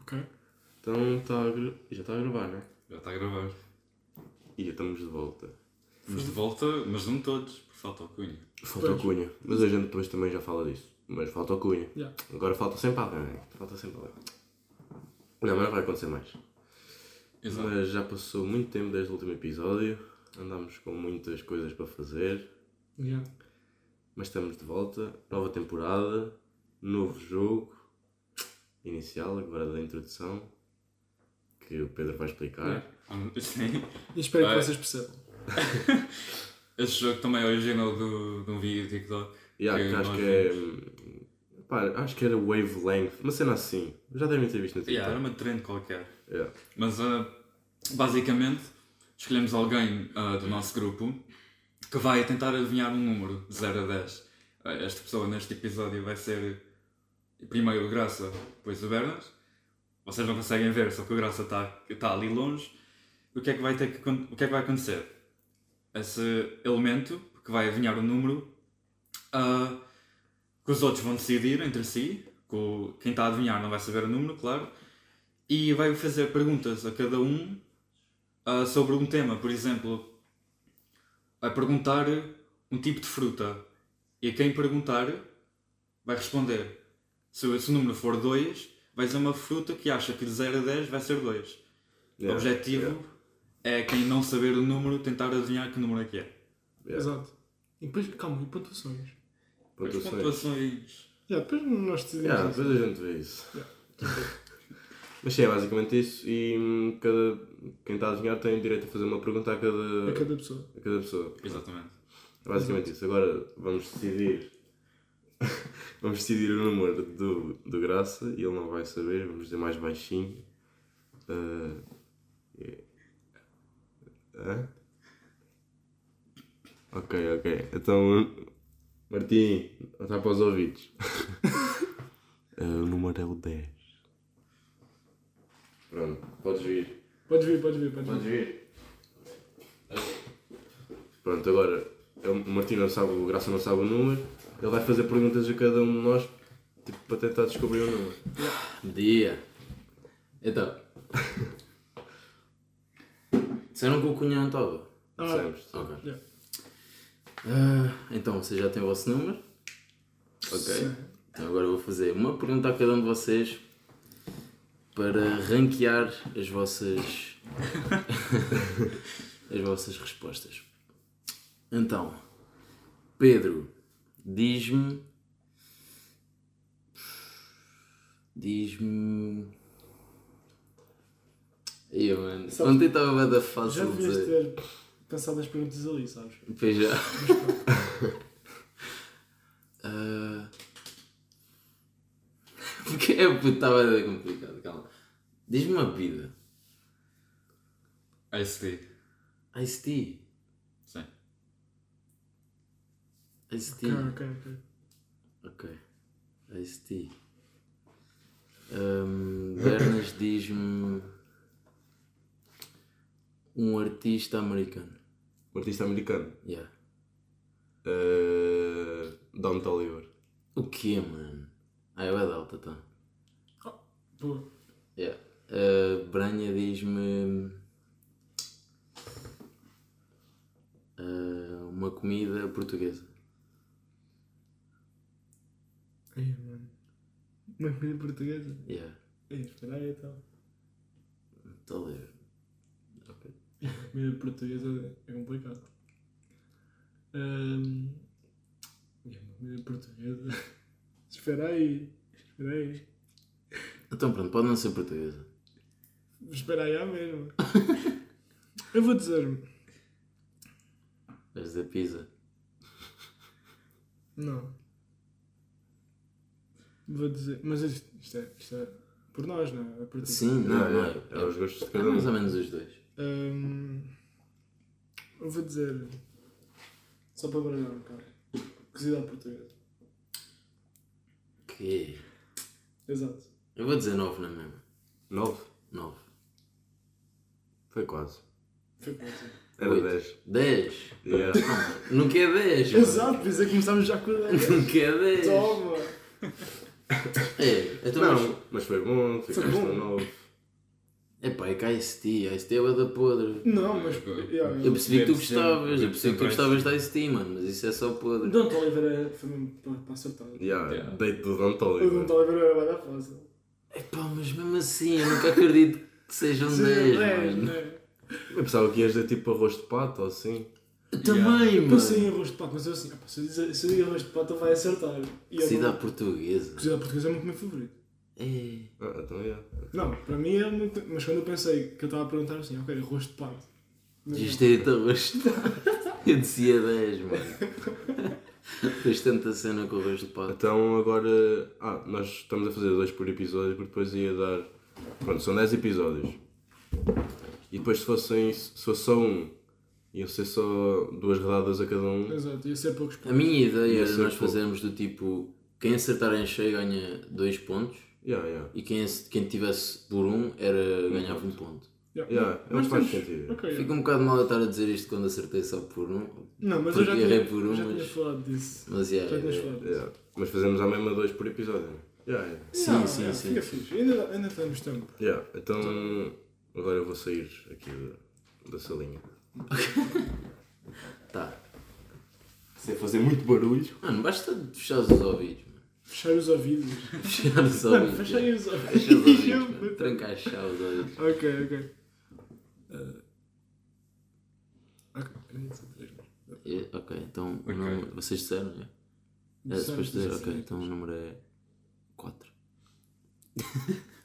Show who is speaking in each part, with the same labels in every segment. Speaker 1: Ok.
Speaker 2: Então tá a gra- já está a gravar, né?
Speaker 3: Já está a gravar.
Speaker 2: E já estamos de volta.
Speaker 3: Mas de volta, mas não todos, porque falta o Cunha.
Speaker 2: Falta o
Speaker 1: Pois.
Speaker 2: Cunha. Mas a gente depois também já fala disso. Mas falta o Cunha.
Speaker 1: Yeah.
Speaker 2: Agora falta sempre alguém, né? Falta sempre alguém. Não, mas não vai acontecer mais.
Speaker 3: Exato.
Speaker 2: Mas já passou muito tempo desde o último episódio. Andámos com muitas coisas para fazer.
Speaker 1: Yeah.
Speaker 2: Mas estamos de volta. Nova temporada. Novo jogo. Inicial, agora da introdução. Que o Pedro vai explicar.
Speaker 3: Ah, Sim.
Speaker 1: E espero
Speaker 3: Ah, é.
Speaker 1: que vocês percebam.
Speaker 3: Esse jogo também originou do, de um vídeo do TikTok.
Speaker 2: Yeah,
Speaker 3: Que
Speaker 2: que acho
Speaker 3: nós
Speaker 2: que é. hum, Pá, acho que era Wavelength, uma cena assim. Já devem ter visto no
Speaker 3: Yeah, Então era
Speaker 2: TikTok.
Speaker 3: uma trend qualquer.
Speaker 2: Yeah.
Speaker 3: Mas ah, basicamente escolhemos alguém ah, do nosso grupo que vai tentar adivinhar um número de 0 a 10. Ah, esta pessoa neste episódio vai ser primeiro o Graça, depois o Bernas. Vocês não conseguem ver, só que o Graça está tá ali longe. O que, é que vai ter que, acon- o que é que vai acontecer? Esse elemento que vai adivinhar o número ah, que os outros vão decidir entre si. que o- Quem está a adivinhar não vai saber o número, claro e vai fazer perguntas a cada um ah, sobre um tema. Por exemplo, vai perguntar um tipo de fruta e a quem perguntar vai responder. Se esse número for 2, vai ser uma fruta que acha que de 0 a 10 vai ser 2. O
Speaker 2: Yeah.
Speaker 3: objetivo é quem não saber o número tentar adivinhar que número é que é.
Speaker 2: Yeah.
Speaker 1: Exato. E depois, calma, e pontuações?
Speaker 3: As
Speaker 2: Pontuações.
Speaker 3: pontuações.
Speaker 1: Já, depois nós decidimos
Speaker 2: Yeah,
Speaker 1: isso.
Speaker 2: depois
Speaker 3: assim.
Speaker 2: a gente vê isso.
Speaker 1: Yeah.
Speaker 2: Mas sim, é basicamente isso. E hum, cada... quem está a desenhar tem direito a fazer uma pergunta a cada,
Speaker 1: a cada pessoa.
Speaker 2: a cada pessoa.
Speaker 3: Exatamente.
Speaker 2: É basicamente isso. Agora vamos decidir. vamos decidir o número do, do Graça e ele não vai saber. Vamos dizer mais baixinho. Ah, é- Hã? Ok, ok. Então, Martim, está para os ouvidos. Ah, o número é o 10. Pronto, podes vir.
Speaker 1: Podes vir, podes vir, podes vir.
Speaker 2: Podes vir. Pronto, agora eu- o Martim não sabe, o Graça não sabe o número, ele vai fazer perguntas a cada um de nós tipo, para tentar descobrir o número.
Speaker 4: Dia. Então. Disseram que o Cunha não estava.
Speaker 1: Ah,
Speaker 2: Sabes?
Speaker 4: Ok.
Speaker 1: yeah.
Speaker 4: Ah, então, vocês já têm o vosso número.
Speaker 2: Ok.
Speaker 4: Então, agora eu vou fazer uma pergunta a cada um de vocês para ranquear as vossas. as vossas respostas. Então, Pedro, diz-me. Diz-me. Ih, mano.
Speaker 1: Sabes-
Speaker 4: Ontem estava a dar
Speaker 1: Já
Speaker 4: fácil de
Speaker 1: devias
Speaker 4: dizer.
Speaker 1: ter pensado nas perguntas ali, sabes?
Speaker 4: Pois já. Ah. Porque é puto, estava a complicado, calma. Diz-me uma bebida.
Speaker 3: Ice
Speaker 4: Ice tea.
Speaker 3: É Sim.
Speaker 4: Ice tea.
Speaker 1: Ah, ok, ok.
Speaker 4: Ok. Ice tea. Ahm, Bernas diz-me. Um artista americano.
Speaker 2: O artista americano.
Speaker 4: Yeah.
Speaker 2: eh, Don Toliver.
Speaker 4: O quê, mano? Ah, eu é da alta, tá?
Speaker 1: Boa.
Speaker 4: Yeah. Uh, Branha diz-me uh, uma comida portuguesa.
Speaker 1: Aí, mano. Uma comida portuguesa.
Speaker 4: Yeah,
Speaker 1: Aí, espera aí, então.
Speaker 4: estou a ler. Ok.
Speaker 1: Comida portuguesa é complicado. Ahm, e uma comida portuguesa. Espera aí. Espera aí.
Speaker 4: Então pronto, pode não ser portuguesa.
Speaker 1: Espera aí, há mesmo. Eu vou dizer.
Speaker 4: Vais dizer pizza.
Speaker 1: Não. Vou dizer. Mas isto, isto é, isto é por nós, não é? É por ti.
Speaker 4: Sim, não, não,
Speaker 2: é, é, os
Speaker 4: é.
Speaker 2: gostos de
Speaker 4: É
Speaker 2: cada um.
Speaker 4: mais ou menos os dois.
Speaker 1: Ahm, Hum, eu vou dizer. Só para baralhar um bocado. Cozida à portuguesa.
Speaker 4: Que?
Speaker 1: Exato.
Speaker 4: Eu vou dizer nove na mesma.
Speaker 2: Nove?
Speaker 4: Nove.
Speaker 2: Foi quase.
Speaker 1: Foi para ti.
Speaker 2: Era
Speaker 4: Oito.
Speaker 2: 10.
Speaker 4: Dez.
Speaker 2: Yeah.
Speaker 4: Nunca é dez. mano.
Speaker 1: Exato, por isso é que começámos já com a ideia.
Speaker 4: Nunca é dez.
Speaker 1: Toma!
Speaker 4: É, então mas...
Speaker 2: Não, mas foi bom, ficaste
Speaker 1: bom.
Speaker 2: no novo.
Speaker 4: Epá, é KST, KST é bué da podre.
Speaker 1: Não, mas. yeah,
Speaker 4: Eu percebi que tu
Speaker 3: Deve ser-
Speaker 4: gostavas, eu percebi que tu
Speaker 3: sempre
Speaker 4: gostavas da ICT, mano, mas isso é só podre.
Speaker 1: Dante Oliveira é, foi mesmo para- para acertar.
Speaker 2: Yeah,
Speaker 3: Yeah.
Speaker 2: Deito do Dante
Speaker 1: O Dante
Speaker 2: Oliver.
Speaker 1: Oliveira vai dar fácil.
Speaker 4: Epá, mas mesmo assim, eu nunca acredito que sejam 10,
Speaker 1: Dez,
Speaker 4: mano.
Speaker 1: né?
Speaker 2: Eu pensava que ias dizer tipo arroz de pato ou assim.
Speaker 4: Eu Também,
Speaker 1: Eu
Speaker 4: mano.
Speaker 1: pensei em arroz de pato, mas eu Tipo assim, "Ah, se eu dizer- se eu digo arroz de pato, ele vai acertar. E eu
Speaker 4: Cidade
Speaker 1: não.
Speaker 4: portuguesa.
Speaker 1: Cozida portuguesa é o meu comer favorito.
Speaker 4: É.
Speaker 2: Ah, então yeah.
Speaker 1: Não, para mim é muito. Mas quando eu pensei que eu estava a perguntar assim, ok, arroz de pato. Mas
Speaker 4: Devias
Speaker 1: não.
Speaker 4: ter ido a rosto. é Eu dizia 10, mano. Fez tanta cena com o rosto de pato.
Speaker 2: Então agora. Ah, nós estamos a fazer dois por episódio porque depois ia dar. Pronto, são 10 episódios. E depois se fossem. Se fosse só um, iam ser só duas rodadas a cada um.
Speaker 1: Exato, ia ser poucos
Speaker 4: A
Speaker 1: pontos.
Speaker 4: minha ideia
Speaker 2: Ia
Speaker 4: era
Speaker 2: ser
Speaker 4: nós
Speaker 2: pouco.
Speaker 4: fazermos do tipo: quem acertar em cheio ganha 2 pontos
Speaker 2: Yeah, yeah.
Speaker 4: e quem, quem tivesse por 1 um era ganhava 1 um ponto.
Speaker 1: Yeah.
Speaker 2: Yeah, é o
Speaker 1: Mas
Speaker 2: que faz
Speaker 1: temos-
Speaker 2: sentido.
Speaker 1: ok.
Speaker 4: Fica um bocado mal eu estar a dizer isto quando acertei só por 1, um,
Speaker 1: Não, mas eu
Speaker 4: porque
Speaker 1: já
Speaker 4: errei
Speaker 1: tinha,
Speaker 4: por um,
Speaker 1: já
Speaker 4: mas-
Speaker 1: tinha falado disso.
Speaker 4: mas yeah,
Speaker 1: Já
Speaker 4: é.
Speaker 1: tinhas falado disso.
Speaker 2: Yeah. Mas fazemos a mesma dois por episódio. né? Yeah, yeah.
Speaker 4: Sim,
Speaker 1: Yeah,
Speaker 4: sim,
Speaker 1: Ah, yeah,
Speaker 4: sim,
Speaker 1: Fica
Speaker 4: sim.
Speaker 1: fixe. Ainda, ainda temos tempo.
Speaker 2: Yeah, Então agora eu vou sair aqui da, da salinha.
Speaker 4: Tá.
Speaker 2: Sem fazer muito barulho.
Speaker 4: Mano, basta fechar os ouvidos. mano.
Speaker 1: Fechar os ouvidos.
Speaker 4: Fechar os
Speaker 1: Mano,
Speaker 4: ouvidos.
Speaker 1: fechei os
Speaker 4: é. Fechar os ouvidos,
Speaker 1: ouvidos.
Speaker 4: mano. Trancaixar os ouvidos.
Speaker 1: Ok, ok. Ok, um, dois, três, quatro.
Speaker 4: É, ok, então
Speaker 3: Ok.
Speaker 4: o número. Vocês disseram, né? É, depois de,
Speaker 1: Dissemos,
Speaker 4: ok,
Speaker 1: dissemos.
Speaker 4: então o número é 4.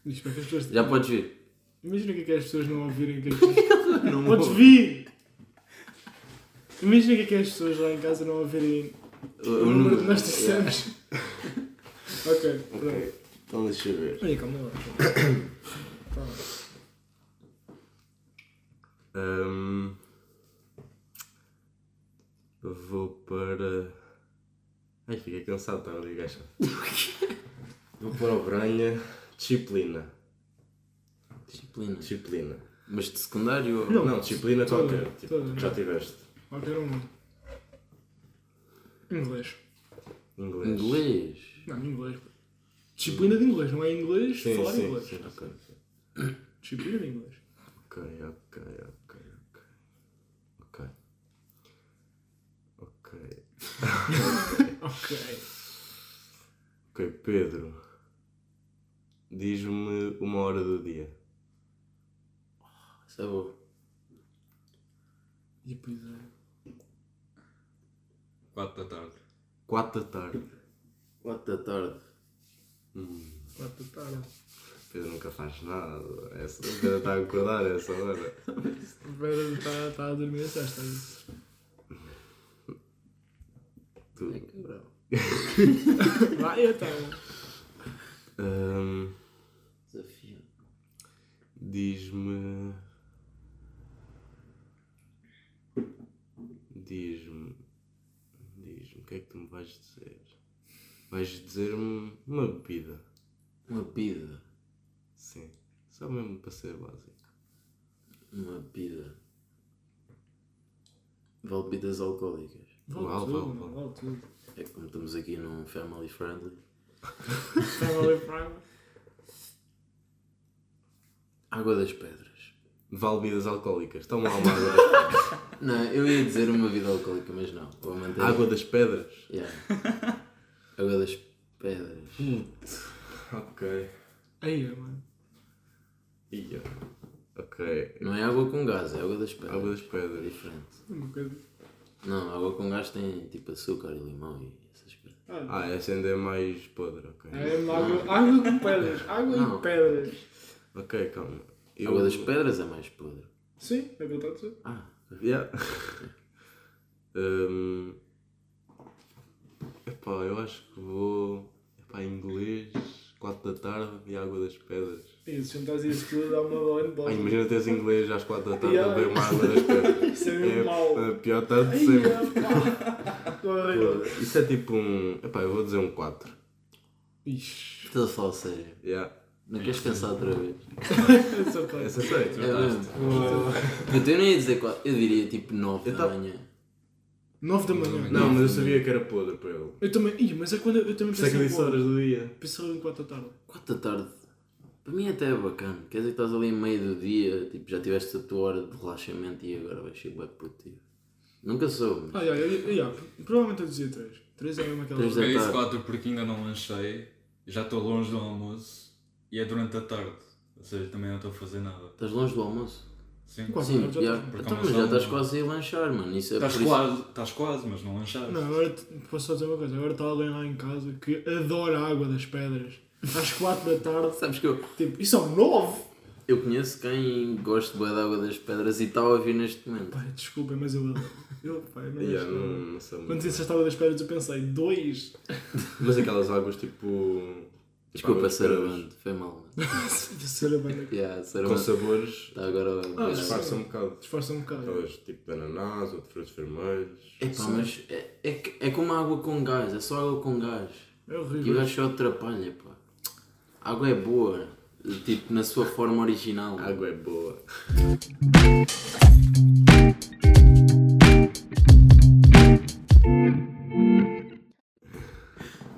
Speaker 1: Diz para que as pessoas.
Speaker 4: Já podes vir.
Speaker 1: Imagina o que é que as pessoas não ouvirem o que é que Podes vir! Imagina o que é que as pessoas lá em casa não ouvirem
Speaker 4: O,
Speaker 1: o número que nós dissemos. ok, pronto.
Speaker 2: Ok, então deixa eu ver.
Speaker 1: Olha, calma lá. Tá bem.
Speaker 2: Ahm, vou para. Ai, fiquei cansado de estar ali, gacha. vou para o Branha. Disciplina.
Speaker 4: yeah. Disciplina.
Speaker 2: Disciplina.
Speaker 4: Mas de secundário? ou-
Speaker 2: Não, disciplina
Speaker 1: Toda,
Speaker 2: qualquer. Tipo,
Speaker 1: toda.
Speaker 2: já tiveste.
Speaker 1: Qualquer um. Inglês.
Speaker 2: Inglês.
Speaker 4: Inglês.
Speaker 1: Não, inglês. pô. Disciplina de inglês, não é inglês
Speaker 2: Sim,
Speaker 1: falar
Speaker 2: sim,
Speaker 1: inglês.
Speaker 2: sim, sim, sim.
Speaker 1: Disciplina de inglês.
Speaker 2: Ok, ok, ok, ok. Ok. Ok.
Speaker 1: Ok.
Speaker 2: Ok, Pedro. Diz-me uma hora do dia.
Speaker 4: Isso é bom.
Speaker 1: E depois é.
Speaker 3: 4 da tarde.
Speaker 2: 4 da tarde.
Speaker 4: 4 da tarde.
Speaker 2: Hum,
Speaker 1: Quatro da tarde.
Speaker 2: Pedro nunca faz nada. Essa, o Pedro está a acordar é essa hora.
Speaker 1: Vera está está tá, a dormir a sexta. Está
Speaker 4: É
Speaker 2: Tudo.
Speaker 4: Cabrão.
Speaker 1: Vai, então.
Speaker 2: Ahm,
Speaker 4: Desafio.
Speaker 2: Diz-me. Diz-me. Diz-me, o que é que tu me vais dizer? Vais dizer-me uma bebida.
Speaker 4: Uma bebida.
Speaker 2: Sim. Só mesmo para ser básico.
Speaker 4: Uma bebida. Vale bebidas alcoólicas.
Speaker 1: Vale
Speaker 2: Vale,
Speaker 1: tudo,
Speaker 2: vale,
Speaker 1: mano, vale tudo.
Speaker 4: É como estamos aqui num family friendly.
Speaker 1: Family friendly.
Speaker 4: Água das pedras.
Speaker 2: Vale bebidas alcoólicas. Toma lá uma água.
Speaker 4: Não, eu ia dizer uma vida alcoólica, mas não. Vou manter.
Speaker 2: água das pedras.
Speaker 4: Yeah. Água das pedras.
Speaker 2: Ok.
Speaker 1: Aí, mano.
Speaker 2: Ia. Ok.
Speaker 4: Não é água com gás, é água das pedras.
Speaker 2: Água das
Speaker 4: É
Speaker 2: pedras.
Speaker 4: diferente.
Speaker 1: Um bocadinho.
Speaker 4: Não, água com gás tem tipo açúcar e limão e essas coisas.
Speaker 1: Ah,
Speaker 2: Ah, essa ainda é mais podre, ok.
Speaker 1: É água, água com pedras. Água
Speaker 4: Não.
Speaker 1: e pedras.
Speaker 2: Ok, calma. Eu...
Speaker 4: Água das pedras é mais podre.
Speaker 1: Sim, é verdade. sim.
Speaker 4: Ah,
Speaker 2: Yeah. um, epá, eu acho que vou. Epá, inglês, 4 da tarde e água das pedras.
Speaker 1: Isso, juntas isso tudo, dá uma bola de bola.
Speaker 2: Ai, imagina teres inglês às 4 da tarde
Speaker 1: Yeah.
Speaker 2: a beber uma água das pedras.
Speaker 1: Isso é mesmo mau.
Speaker 2: É a pior tarde de sempre.
Speaker 1: Ai, é, pá. Tô a rir.
Speaker 2: Pô, Isso é tipo um. Epá, eu vou dizer um 4.
Speaker 1: Ixi.
Speaker 4: estou a falar sério.
Speaker 2: Yeah.
Speaker 4: Não queres pensar outra vez?
Speaker 1: Essa parte.
Speaker 2: Essa sei.
Speaker 4: É mesmo. Então eu não ia dizer qual. Eu diria tipo 9
Speaker 2: Eu
Speaker 4: da
Speaker 2: tava-
Speaker 4: manhã.
Speaker 1: 9 da manhã.
Speaker 2: Não, mas eu sabia que era podre para ele.
Speaker 1: Eu também. Ih, mas é quando eu, eu também
Speaker 2: Por isso é que
Speaker 1: pensei.
Speaker 2: eu
Speaker 1: em
Speaker 2: disse
Speaker 1: quatro.
Speaker 2: horas do dia.
Speaker 1: Pensei em 4 da tarde.
Speaker 4: 4 da tarde. Para mim até é bacana. Quer dizer que estás ali em meio do dia, tipo, já tiveste a tua hora de relaxamento e agora vais ser bué produtivo. Nunca sou, mas
Speaker 1: Ah, yeah, yeah, yeah, yeah. provavelmente eu dizia 3. 3 é mesmo aquela
Speaker 4: Três
Speaker 1: hora.
Speaker 3: Eu disse
Speaker 4: tarde.
Speaker 3: 4 porque ainda não lanchei, já estou longe do almoço e é durante a tarde. Ou seja, também não estou a fazer nada.
Speaker 4: estás longe do almoço.
Speaker 3: Sim.
Speaker 1: Quatro.
Speaker 4: Sim,
Speaker 1: já
Speaker 4: já.
Speaker 1: estás-
Speaker 3: Porque almoçar
Speaker 4: Então, mas já
Speaker 3: não
Speaker 4: estás
Speaker 3: dá.
Speaker 4: quase a lanchar, mano. Isso é
Speaker 3: Estás
Speaker 4: por isso-
Speaker 3: quase, estás quase, mas não lanchaste.
Speaker 1: Não, agora te- posso só dizer uma coisa. Agora está alguém lá em casa que adora a água das pedras. Às 4 da tarde.
Speaker 4: Sabes que eu,
Speaker 1: Tipo, e são 9!
Speaker 4: eu conheço quem gosta bué da água das pedras e está a ouvir neste momento.
Speaker 1: Pai, desculpem, mas eu adoro. Eu, pai, não
Speaker 2: Yeah,
Speaker 1: gosto.
Speaker 2: não, não sei muito.
Speaker 1: Quando disse esta água das pedras, eu pensei, dois!
Speaker 2: Mas aquelas águas tipo.
Speaker 4: Desculpa,
Speaker 2: águas puras,
Speaker 4: Sarabando, foi mal. mano.
Speaker 1: Será bem aqui.
Speaker 4: Yeah,
Speaker 2: Com
Speaker 4: Sarabando
Speaker 2: sabores,
Speaker 4: está agora a
Speaker 1: Ah,
Speaker 4: ouvir.
Speaker 2: disfarça um bocado.
Speaker 1: Disfarça um bocado.
Speaker 2: Talvez tipo de ananás ou de frutos vermelhos.
Speaker 4: É pá, mas é, é, que- é como a água com gás, é só água com gás.
Speaker 1: É
Speaker 4: E o
Speaker 1: horrível.
Speaker 4: gajo só atrapalha, pá. A água é boa, tipo, na sua forma original.
Speaker 2: A água é boa.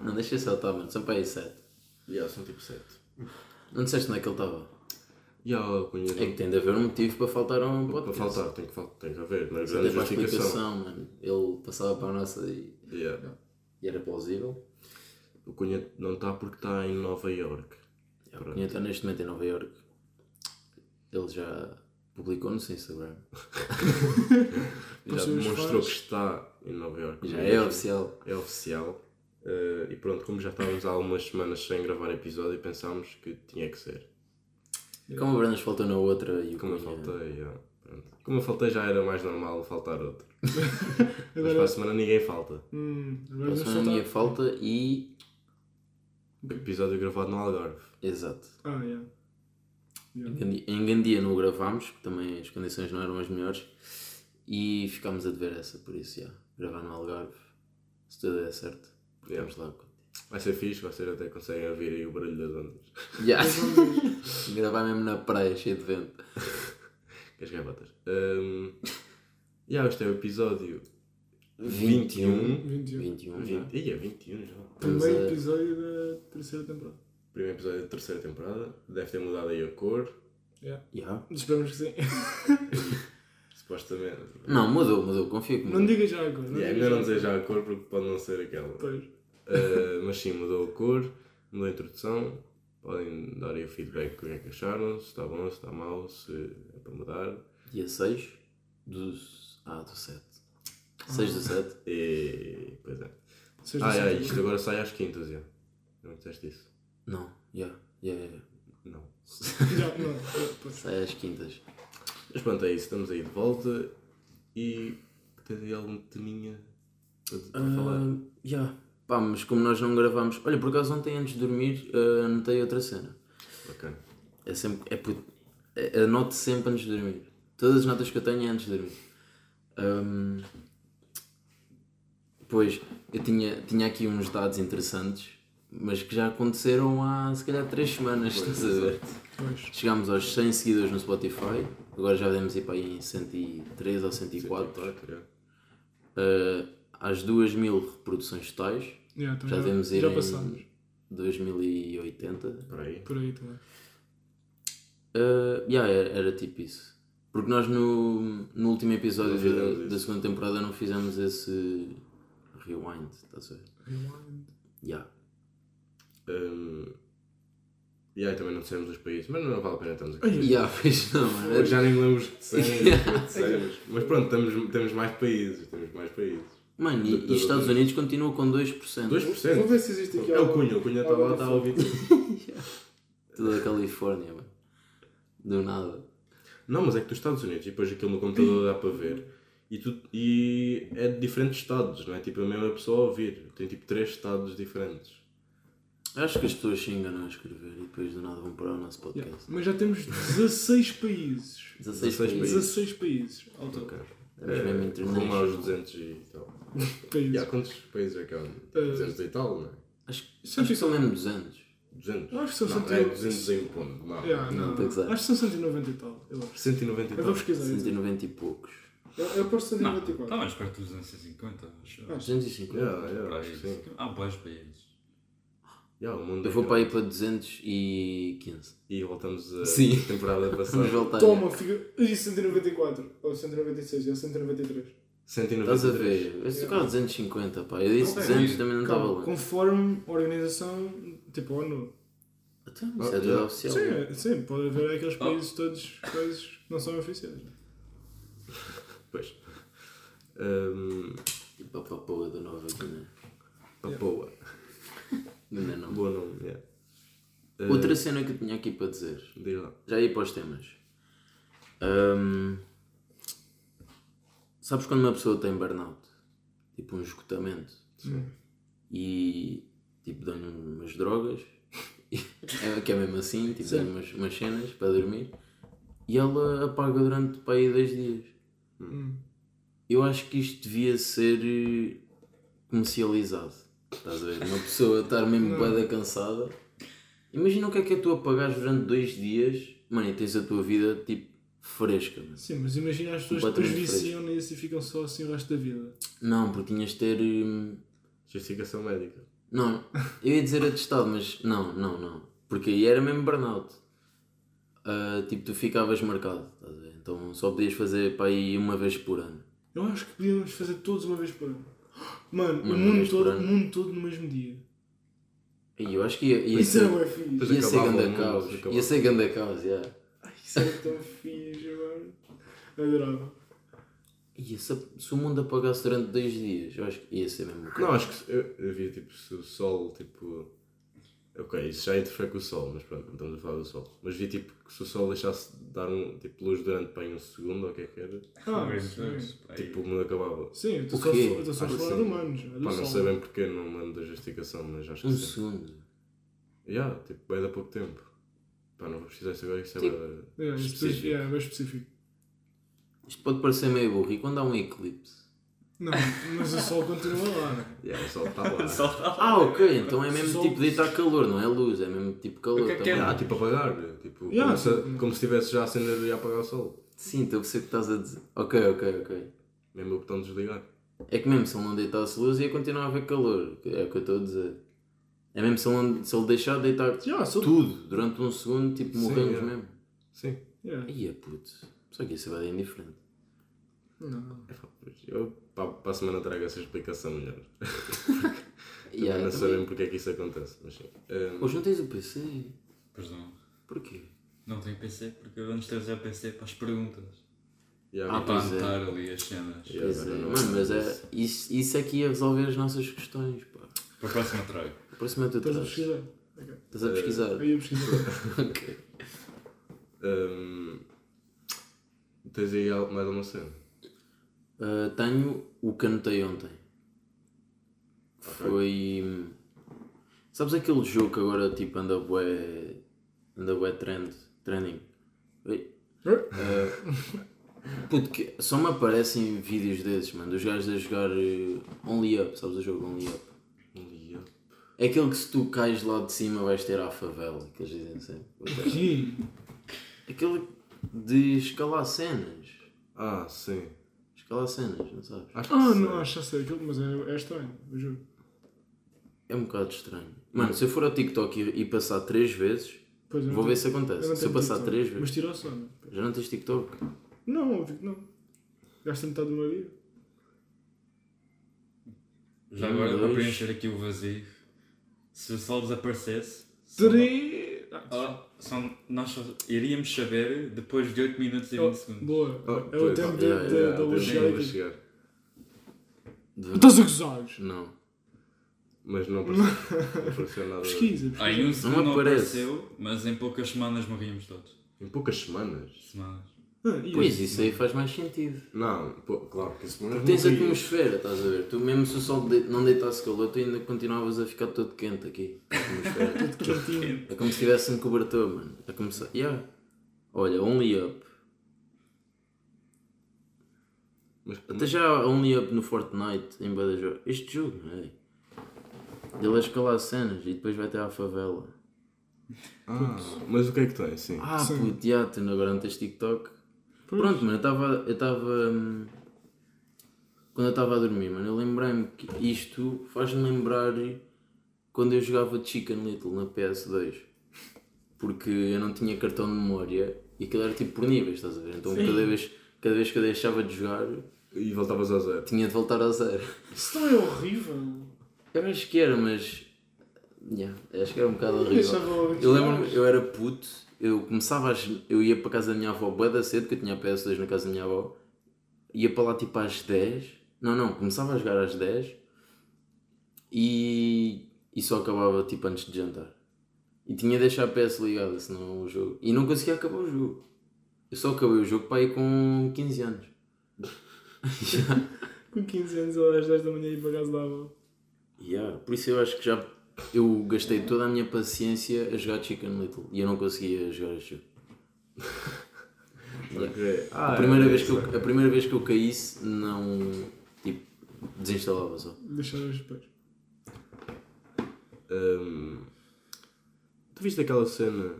Speaker 4: Não, deixa só, tá, mano, são para aí sete.
Speaker 2: Yeah, são tipo 7.
Speaker 4: Não disseste onde é que ele estava?
Speaker 2: Yeah, eu conheço.
Speaker 4: É que tem de haver um motivo para faltar a um
Speaker 2: Para
Speaker 4: podcast.
Speaker 2: faltar, tem que, fal- tem que haver. Não é
Speaker 4: Até
Speaker 2: grande
Speaker 4: para a
Speaker 2: justificação.
Speaker 4: explicação, mano. Ele passava para a nossa e,
Speaker 2: Yeah.
Speaker 4: e era plausível.
Speaker 2: O Cunha não está porque está em Nova Iorque. Pronto.
Speaker 4: E então, neste momento, em Nova Iorque, ele já publicou no seu Instagram.
Speaker 1: Para os
Speaker 2: Já
Speaker 1: seus
Speaker 2: demonstrou
Speaker 1: fãs.
Speaker 2: que está em Nova Iorque.
Speaker 4: Já é oficial.
Speaker 2: É oficial. Eh, e pronto, como já estávamos há algumas semanas sem gravar episódio, pensámos que tinha que ser.
Speaker 4: Como o Brandas faltou na outra e o
Speaker 2: Como eu
Speaker 4: Cunha-
Speaker 2: faltei, já, pronto. Como eu faltei já era mais normal faltar outro. Mas para
Speaker 1: Agora,
Speaker 2: a semana ninguém falta.
Speaker 1: hum, agora
Speaker 4: Mas
Speaker 1: vamos
Speaker 4: foi a minha
Speaker 1: faltar.
Speaker 4: falta e.
Speaker 2: Episódio gravado no Algarve.
Speaker 4: Exato.
Speaker 1: Ah, yeah. Yeah.
Speaker 4: Em Gandi- Em Gandia não o gravámos, porque também as condições não eram as melhores. E ficámos a dever essa, por isso, já. Gravar no Algarve, se tudo der certo, estamos lá.
Speaker 2: Vai ser fixe, vai ser até conseguem ouvir aí o barulho das ondas.
Speaker 4: Já! gravar mesmo na praia, cheio de vento.
Speaker 2: Queres gaivotas? Um, yeah, este é o episódio
Speaker 4: 21.
Speaker 1: 21.
Speaker 2: 21.
Speaker 4: 21 já.
Speaker 2: 20, ia, 21 já.
Speaker 1: Primeiro episódio da terceira temporada.
Speaker 2: Primeiro episódio da terceira temporada. Deve ter mudado aí a cor.
Speaker 4: Já?
Speaker 1: Esperamos que sim.
Speaker 2: Supostamente.
Speaker 4: Não, mudou, mudou, confio que mudou.
Speaker 1: Não diga já agora.
Speaker 2: Yeah, é
Speaker 1: diga
Speaker 2: melhor não dizer já a cor porque pode não ser aquela.
Speaker 1: Pois.
Speaker 2: Uh, mas sim, mudou a cor, mudou a introdução. Podem dar aí o feedback do que é que acharam, se está bom, se está mau, se é para mudar.
Speaker 4: Dia 6 do. Ah, do 7. 6 do 7.
Speaker 2: E. Pois é.
Speaker 1: Seja
Speaker 2: Ah,
Speaker 1: assim,
Speaker 2: é, isto agora sai às quintas, já. Não disseste isso?
Speaker 4: Não, já. já, já, já.
Speaker 2: Não.
Speaker 1: Já, não. é, pois.
Speaker 4: Sai às quintas.
Speaker 2: Mas pronto, é isso, estamos aí de volta. E. Tens aí algum teminha para, para falar?
Speaker 4: Ah, Já. Pá, mas como nós não gravámos. Olha, por acaso ontem antes de dormir ah, anotei outra cena.
Speaker 2: Bacana.
Speaker 4: É sempre. É put... é- Anoto sempre antes de dormir. Todas as notas que eu tenho é antes de dormir. Ahm, Pois, eu tinha, tinha aqui uns dados interessantes, mas que já aconteceram há se calhar 3 semanas, estás a ver?
Speaker 1: Pois.
Speaker 4: Chegámos aos 100 seguidores no Spotify, agora já devemos ir para aí em 103 ou 104.
Speaker 2: já.
Speaker 4: Ah, às 2 mil reproduções totais,
Speaker 1: Yeah, então
Speaker 4: já devemos ir
Speaker 1: já
Speaker 4: em
Speaker 1: passamos.
Speaker 4: 2080,
Speaker 2: Por aí.
Speaker 1: Por aí também.
Speaker 4: Uh, yeah, era, era tipo isso. Porque nós no, no último episódio
Speaker 2: Não fizemos
Speaker 4: da,
Speaker 2: isso.
Speaker 4: da segunda temporada não fizemos esse rewind, tá estás a ver?
Speaker 1: Rewind.
Speaker 4: Yeah.
Speaker 2: Hum, e aí também não dissemos os países, mas não vale a pena estarmos aqui.
Speaker 1: Ai,
Speaker 4: Yeah, pois não, mano.
Speaker 2: Eu já nem me lembro os que dissemos, o que dissemos. Mas pronto, temos, temos mais países. Temos mais países.
Speaker 4: Mano, e, e os Estados Unidos continuam com 2%.
Speaker 2: 2%.
Speaker 1: Vou ver se existe aqui
Speaker 2: É o
Speaker 1: algum-
Speaker 2: Cunha, o Cunha está
Speaker 1: tá
Speaker 2: lá, está a ouvir tudo.
Speaker 4: Toda a Califórnia, mano. Do nada.
Speaker 2: Não, mas é que dos Estados Unidos, e depois aquilo no computador dá para ver. E, tu, e é de diferentes estados, não é? Tipo, a mesma pessoa a ouvir. Tem tipo três estados diferentes.
Speaker 4: Acho que as pessoas se enganam a escrever e depois do nada vão para o nosso
Speaker 1: Yeah.
Speaker 4: podcast.
Speaker 1: Mas já temos 16 países.
Speaker 4: 16
Speaker 2: 16
Speaker 4: é. países.
Speaker 1: 16 países. ao total.
Speaker 2: Ok.
Speaker 4: Estamos mesmo
Speaker 2: É, rumo
Speaker 4: internacional.
Speaker 2: aos 200 e tal.
Speaker 1: Países.
Speaker 2: E há quantos países é que há? 200 e tal, não é?
Speaker 4: Acho, acho que são mesmo 200.
Speaker 2: 200?
Speaker 1: Acho que são
Speaker 2: não, é
Speaker 1: 100.
Speaker 2: 200 em um ponto. Não.
Speaker 1: Yeah,
Speaker 4: Não,
Speaker 1: não,
Speaker 4: tem que ser.
Speaker 1: Acho que são 190 e tal. Eu acho.
Speaker 2: 190 e
Speaker 1: Eu vou
Speaker 2: tal.
Speaker 1: pesquisar isso.
Speaker 4: 190 e tá poucos.
Speaker 1: Eu, eu posto
Speaker 3: Não,
Speaker 1: 124.
Speaker 3: está mais perto dos 250, acho. eu.
Speaker 1: tipo, Ah,
Speaker 4: 250.
Speaker 2: Yeah,
Speaker 3: Por
Speaker 2: yeah,
Speaker 3: aí,
Speaker 2: acho que sim.
Speaker 3: Há boas para eles.
Speaker 2: Yeah, o mundo
Speaker 4: Eu
Speaker 2: é
Speaker 4: vou para aí
Speaker 2: grande.
Speaker 4: para 215.
Speaker 2: E voltamos a
Speaker 4: Sim.
Speaker 2: temporada
Speaker 4: Vamos
Speaker 2: passada.
Speaker 4: voltar.
Speaker 1: Toma, fica. E 194. Ou 196, ou 193.
Speaker 2: 193.
Speaker 4: Estás a ver? é Eu estou quase 250, pá. Eu disse
Speaker 1: Não, é,
Speaker 4: 200
Speaker 3: é,
Speaker 4: também não estava
Speaker 1: Calma,
Speaker 4: lá.
Speaker 1: conforme a organização, tipo a ONU.
Speaker 4: Então, isso é
Speaker 2: Ah,
Speaker 4: tudo
Speaker 2: já.
Speaker 4: oficial.
Speaker 1: Sim, é- sim, pode haver
Speaker 4: Oh.
Speaker 1: aqueles países todos coisas que não são oficiais.
Speaker 2: Pois. Ahm,
Speaker 4: Tipo a papoa da Nova Guiné.
Speaker 2: Papoa.
Speaker 4: Ainda né? não.
Speaker 2: Um, Boa nome, yeah. Ah,
Speaker 4: Outra cena que eu tinha aqui para dizer.
Speaker 2: Diz lá.
Speaker 4: Já ia para os temas. Ahm, sabes quando uma pessoa tem burnout? Tipo um esgotamento. E tipo dão-lhe umas drogas. É, que é mesmo assim, tipo dão-lhe umas, umas cenas para dormir. E ela apaga durante para aí dois dias.
Speaker 1: Hum.
Speaker 4: Eu acho que isto devia ser eh, comercializado. Estás a ver? Uma pessoa estar mesmo bada cansada. Imagina o que é que é tu apagares durante dois dias, mano, e tens a tua vida tipo fresca. mano.
Speaker 1: Sim, mas imagina as pessoas que depois
Speaker 4: Completamente
Speaker 1: viciam nisso e ficam só assim o resto da vida.
Speaker 4: Não, porque tinhas de ter. hum,
Speaker 2: Justificação médica.
Speaker 4: Não, eu ia dizer atestado, mas não, não, não. Porque aí era mesmo burnout. Ah, tipo, tu ficavas marcado, estás a ver? Então só podias fazer para aí uma vez por ano.
Speaker 1: Eu acho que podíamos fazer todos uma vez por ano. Mano,
Speaker 4: Uma
Speaker 1: o
Speaker 4: vez
Speaker 1: mundo
Speaker 4: por
Speaker 1: todo,
Speaker 4: ano.
Speaker 1: o mundo todo no mesmo dia.
Speaker 4: E eu acho que ia, ia
Speaker 1: Isso
Speaker 4: ser.
Speaker 1: era bué fixe.
Speaker 2: Pois é,
Speaker 4: Ia ser
Speaker 2: acabava o
Speaker 4: ganda
Speaker 2: mundo,
Speaker 4: caos.
Speaker 2: acabava.
Speaker 4: Ia ser ganda caos, yeah.
Speaker 1: Isso era tão fixe, mano. Adorava.
Speaker 4: E se, se o mundo apagasse durante dois dias, eu acho que ia ser mesmo. um
Speaker 2: Não, acho que se- eu, eu vi tipo se o sol, tipo. Ok, isso já interfere com o sol, mas pronto, não estamos a falar do sol. Mas vi tipo que se o sol deixasse de dar um tipo luz durante bem um segundo ou o que é que era,
Speaker 1: Ah,
Speaker 3: Talvez dois,
Speaker 1: sim.
Speaker 3: para aí.
Speaker 2: tipo o mundo acabava.
Speaker 1: Sim, eu estou
Speaker 4: O
Speaker 1: só,
Speaker 4: quê? Ah,
Speaker 1: eu estou só a
Speaker 2: Acho que
Speaker 1: falar
Speaker 2: sim.
Speaker 1: de humanos. é
Speaker 2: Pá,
Speaker 1: do
Speaker 2: não
Speaker 1: sol.
Speaker 2: sei bem porque, não me lembro da justificação, mas acho que
Speaker 4: Um
Speaker 2: sim.
Speaker 4: segundo.
Speaker 2: Yeah, tipo, bem da pouco tempo. Pá, não vou precisar disso agora, isso é
Speaker 4: Tipo,
Speaker 2: bué da-
Speaker 1: É, isso depois-
Speaker 2: específico.
Speaker 1: é, é bem específico.
Speaker 4: Isto pode parecer meio burro. E quando há um eclipse?
Speaker 1: Não, mas o sol continua lá, né?
Speaker 2: Yeah, o sol está lá.
Speaker 1: tá
Speaker 3: Só está lá.
Speaker 4: Ah, ok. Então é mesmo
Speaker 1: Só-
Speaker 4: tipo de estar calor, não é luz, é mesmo tipo calor.
Speaker 3: O que é que
Speaker 4: também.
Speaker 3: é?
Speaker 2: Ah, tipo apagar, tipo,
Speaker 1: Yeah,
Speaker 2: como, se,
Speaker 1: tipo-
Speaker 2: como se estivesse já a acender e a apagar o sol.
Speaker 4: Sim, estou a perceber o que estás a dizer. Ok, ok, ok.
Speaker 2: Mesmo o botão de desligar.
Speaker 4: É que mesmo se ele não deitasse luz ia continuar a haver calor. É o que eu estou a dizer. É mesmo se ele, se ele deixar de deitar
Speaker 1: Já, sou...
Speaker 4: tudo durante um segundo, tipo
Speaker 2: Sim,
Speaker 4: morremos
Speaker 2: é.
Speaker 4: mesmo.
Speaker 2: Sim.
Speaker 1: Yeah.
Speaker 4: Ia puto. Só que isso vai dar indiferente.
Speaker 1: Não.
Speaker 2: É, pá, pois, Eu para, para a semana trago essa explicação melhor.
Speaker 4: E aí,
Speaker 2: não
Speaker 4: também-
Speaker 2: sabemos porque é que isso acontece, mas sim. Um,
Speaker 4: Hoje não tens o PC?
Speaker 3: Pois não.
Speaker 4: Porquê?
Speaker 3: Não tenho PC porque eu antes de ter já PC para as perguntas.
Speaker 2: yeah,
Speaker 4: Ah,
Speaker 3: para
Speaker 4: pois é.
Speaker 3: anotar ali as cenas.
Speaker 2: Yeah.
Speaker 4: Pois é,
Speaker 2: agora não
Speaker 4: mano, mas
Speaker 2: acontece.
Speaker 4: é, isso, isso é que ia resolver as nossas questões, pá. é
Speaker 3: Para a próxima trago.
Speaker 4: Próxima tu
Speaker 1: Estás a
Speaker 4: traz.
Speaker 1: pesquisar?
Speaker 4: Estás a pesquisar.
Speaker 1: Eu ia pesquisar.
Speaker 4: ok.
Speaker 1: Ah.
Speaker 2: um, tens aí al- mais alguma cena?
Speaker 4: Ah, tenho o que anotei ontem. Foi. Sabes aquele jogo que agora tipo anda bué. anda bué trend. trending. Oi? Ah, Puto, que só me aparecem vídeos desses, mano, dos gajos a jogar eh, Only Up, sabes o jogo Only Up?
Speaker 2: Um dia.
Speaker 4: É aquele que se tu cais lá de cima vais ter à favela, que eles dizem sempre.
Speaker 1: Aqui.
Speaker 4: Aquele de escalar cenas.
Speaker 2: Ah, sim.
Speaker 4: Escalar cenas, não sabes?
Speaker 2: Acho que
Speaker 1: Ah,
Speaker 2: sim.
Speaker 1: não, acho que já sei aquilo, mas é, é estranho, eu juro.
Speaker 4: É um bocado estranho. Mano, se eu for ao TikTok e, e passar três vezes,
Speaker 1: Pois, eu não
Speaker 4: vou ver
Speaker 1: tenho-
Speaker 4: se
Speaker 1: eu não
Speaker 4: acontece. Se eu
Speaker 1: tenho
Speaker 4: passar
Speaker 1: TikTok.
Speaker 4: três vezes.
Speaker 1: Mas tipo- tira o sono.
Speaker 4: Já não tens TikTok?
Speaker 1: Não, óbvio que não. Gasta metade do meu dia.
Speaker 3: Já
Speaker 4: Um,
Speaker 3: agora para
Speaker 4: dois.
Speaker 3: preencher aqui o vazio. Se o sol desaparecesse. só-
Speaker 1: Três. Ah,
Speaker 3: Ah, só- nós só iríamos saber depois de 8 minutos e 20 segundos.
Speaker 1: Boa.
Speaker 2: Oh,
Speaker 1: é o
Speaker 2: pois,
Speaker 1: tempo
Speaker 2: oh,
Speaker 1: da-
Speaker 4: yeah,
Speaker 1: da-
Speaker 2: Yeah,
Speaker 1: da Então,
Speaker 2: eu
Speaker 1: luz
Speaker 2: nem
Speaker 1: chegar
Speaker 2: vou
Speaker 1: aqui.
Speaker 2: chegar.
Speaker 4: De-
Speaker 1: Estás a gozar?
Speaker 4: Não.
Speaker 2: Mas não apareceu, não apareceu nada.
Speaker 1: Pesquisa.
Speaker 2: Ah,
Speaker 1: pesquisa.
Speaker 3: Aí um segundo não
Speaker 4: aparece.
Speaker 3: apareceu, mas em poucas semanas morríamos todos.
Speaker 2: Em poucas semanas?
Speaker 3: Semanas.
Speaker 1: Ah, e
Speaker 4: Pois,
Speaker 2: é.
Speaker 4: isso aí faz mais sentido.
Speaker 2: Não, pô, claro que semanas
Speaker 4: Tens a
Speaker 2: não é vi.
Speaker 4: atmosfera, estás a ver? Tu mesmo se o sol de- não deitasse calor, tu ainda continuavas a ficar todo quente aqui. A atmosfera.
Speaker 1: de cantinho.
Speaker 4: é como se tivesse um cobertor, mano. A começar. Yeah. Olha, um Only Up.
Speaker 2: Mas
Speaker 4: Até já há Only Up no Fortnite, em Badajoz. Este jogo, ei. Ele a escalar cenas e depois vai até à favela.
Speaker 2: Ah, mas o que é que tem? Sim.
Speaker 4: Ah, puto, já, tu agora não tens TikTok. Pronto, mano, eu estava. Eu estava. hum, quando eu estava a dormir, mano, eu lembrei-me que isto faz-me lembrar quando eu jogava Chicken Little na PS2. Porque eu não tinha cartão de memória e aquilo era tipo por níveis, estás a ver? Então
Speaker 1: Sim.
Speaker 4: cada vez, cada vez que eu deixava de jogar,
Speaker 2: E voltavas a zero.
Speaker 4: tinha de voltar a zero.
Speaker 1: Isso não é horrível.
Speaker 4: Eu acho que era, mas. Yeah, acho que era um bocado
Speaker 1: Eu
Speaker 4: horrível.
Speaker 1: deixava logo
Speaker 4: Eu lembro-me, eu era puto, eu começava às, Eu ia para a casa da minha avó bué da cedo, porque eu tinha a PS2 na casa da minha avó. Ia para lá tipo às 10. Não, não, começava a jogar às 10 e, e só acabava tipo antes de jantar. E tinha de deixar a PS ligada, senão o jogo. E não conseguia acabar o jogo. Eu só acabei o jogo para ir com 15 anos.
Speaker 1: Com 15 anos ou às 10 da manhã e para casa da avó.
Speaker 4: Yeah, por isso eu acho que já eu gastei toda a minha paciência a jogar Chicken Little e eu não conseguia jogar este jogo.
Speaker 2: Ok. Ah,
Speaker 4: A primeira,
Speaker 2: é
Speaker 4: vez que eu,
Speaker 2: isso.
Speaker 4: a primeira vez que eu caísse, não. Tipo, desinstalava só.
Speaker 1: Deixava os pais.
Speaker 2: Tipo, Hum, tu viste aquela cena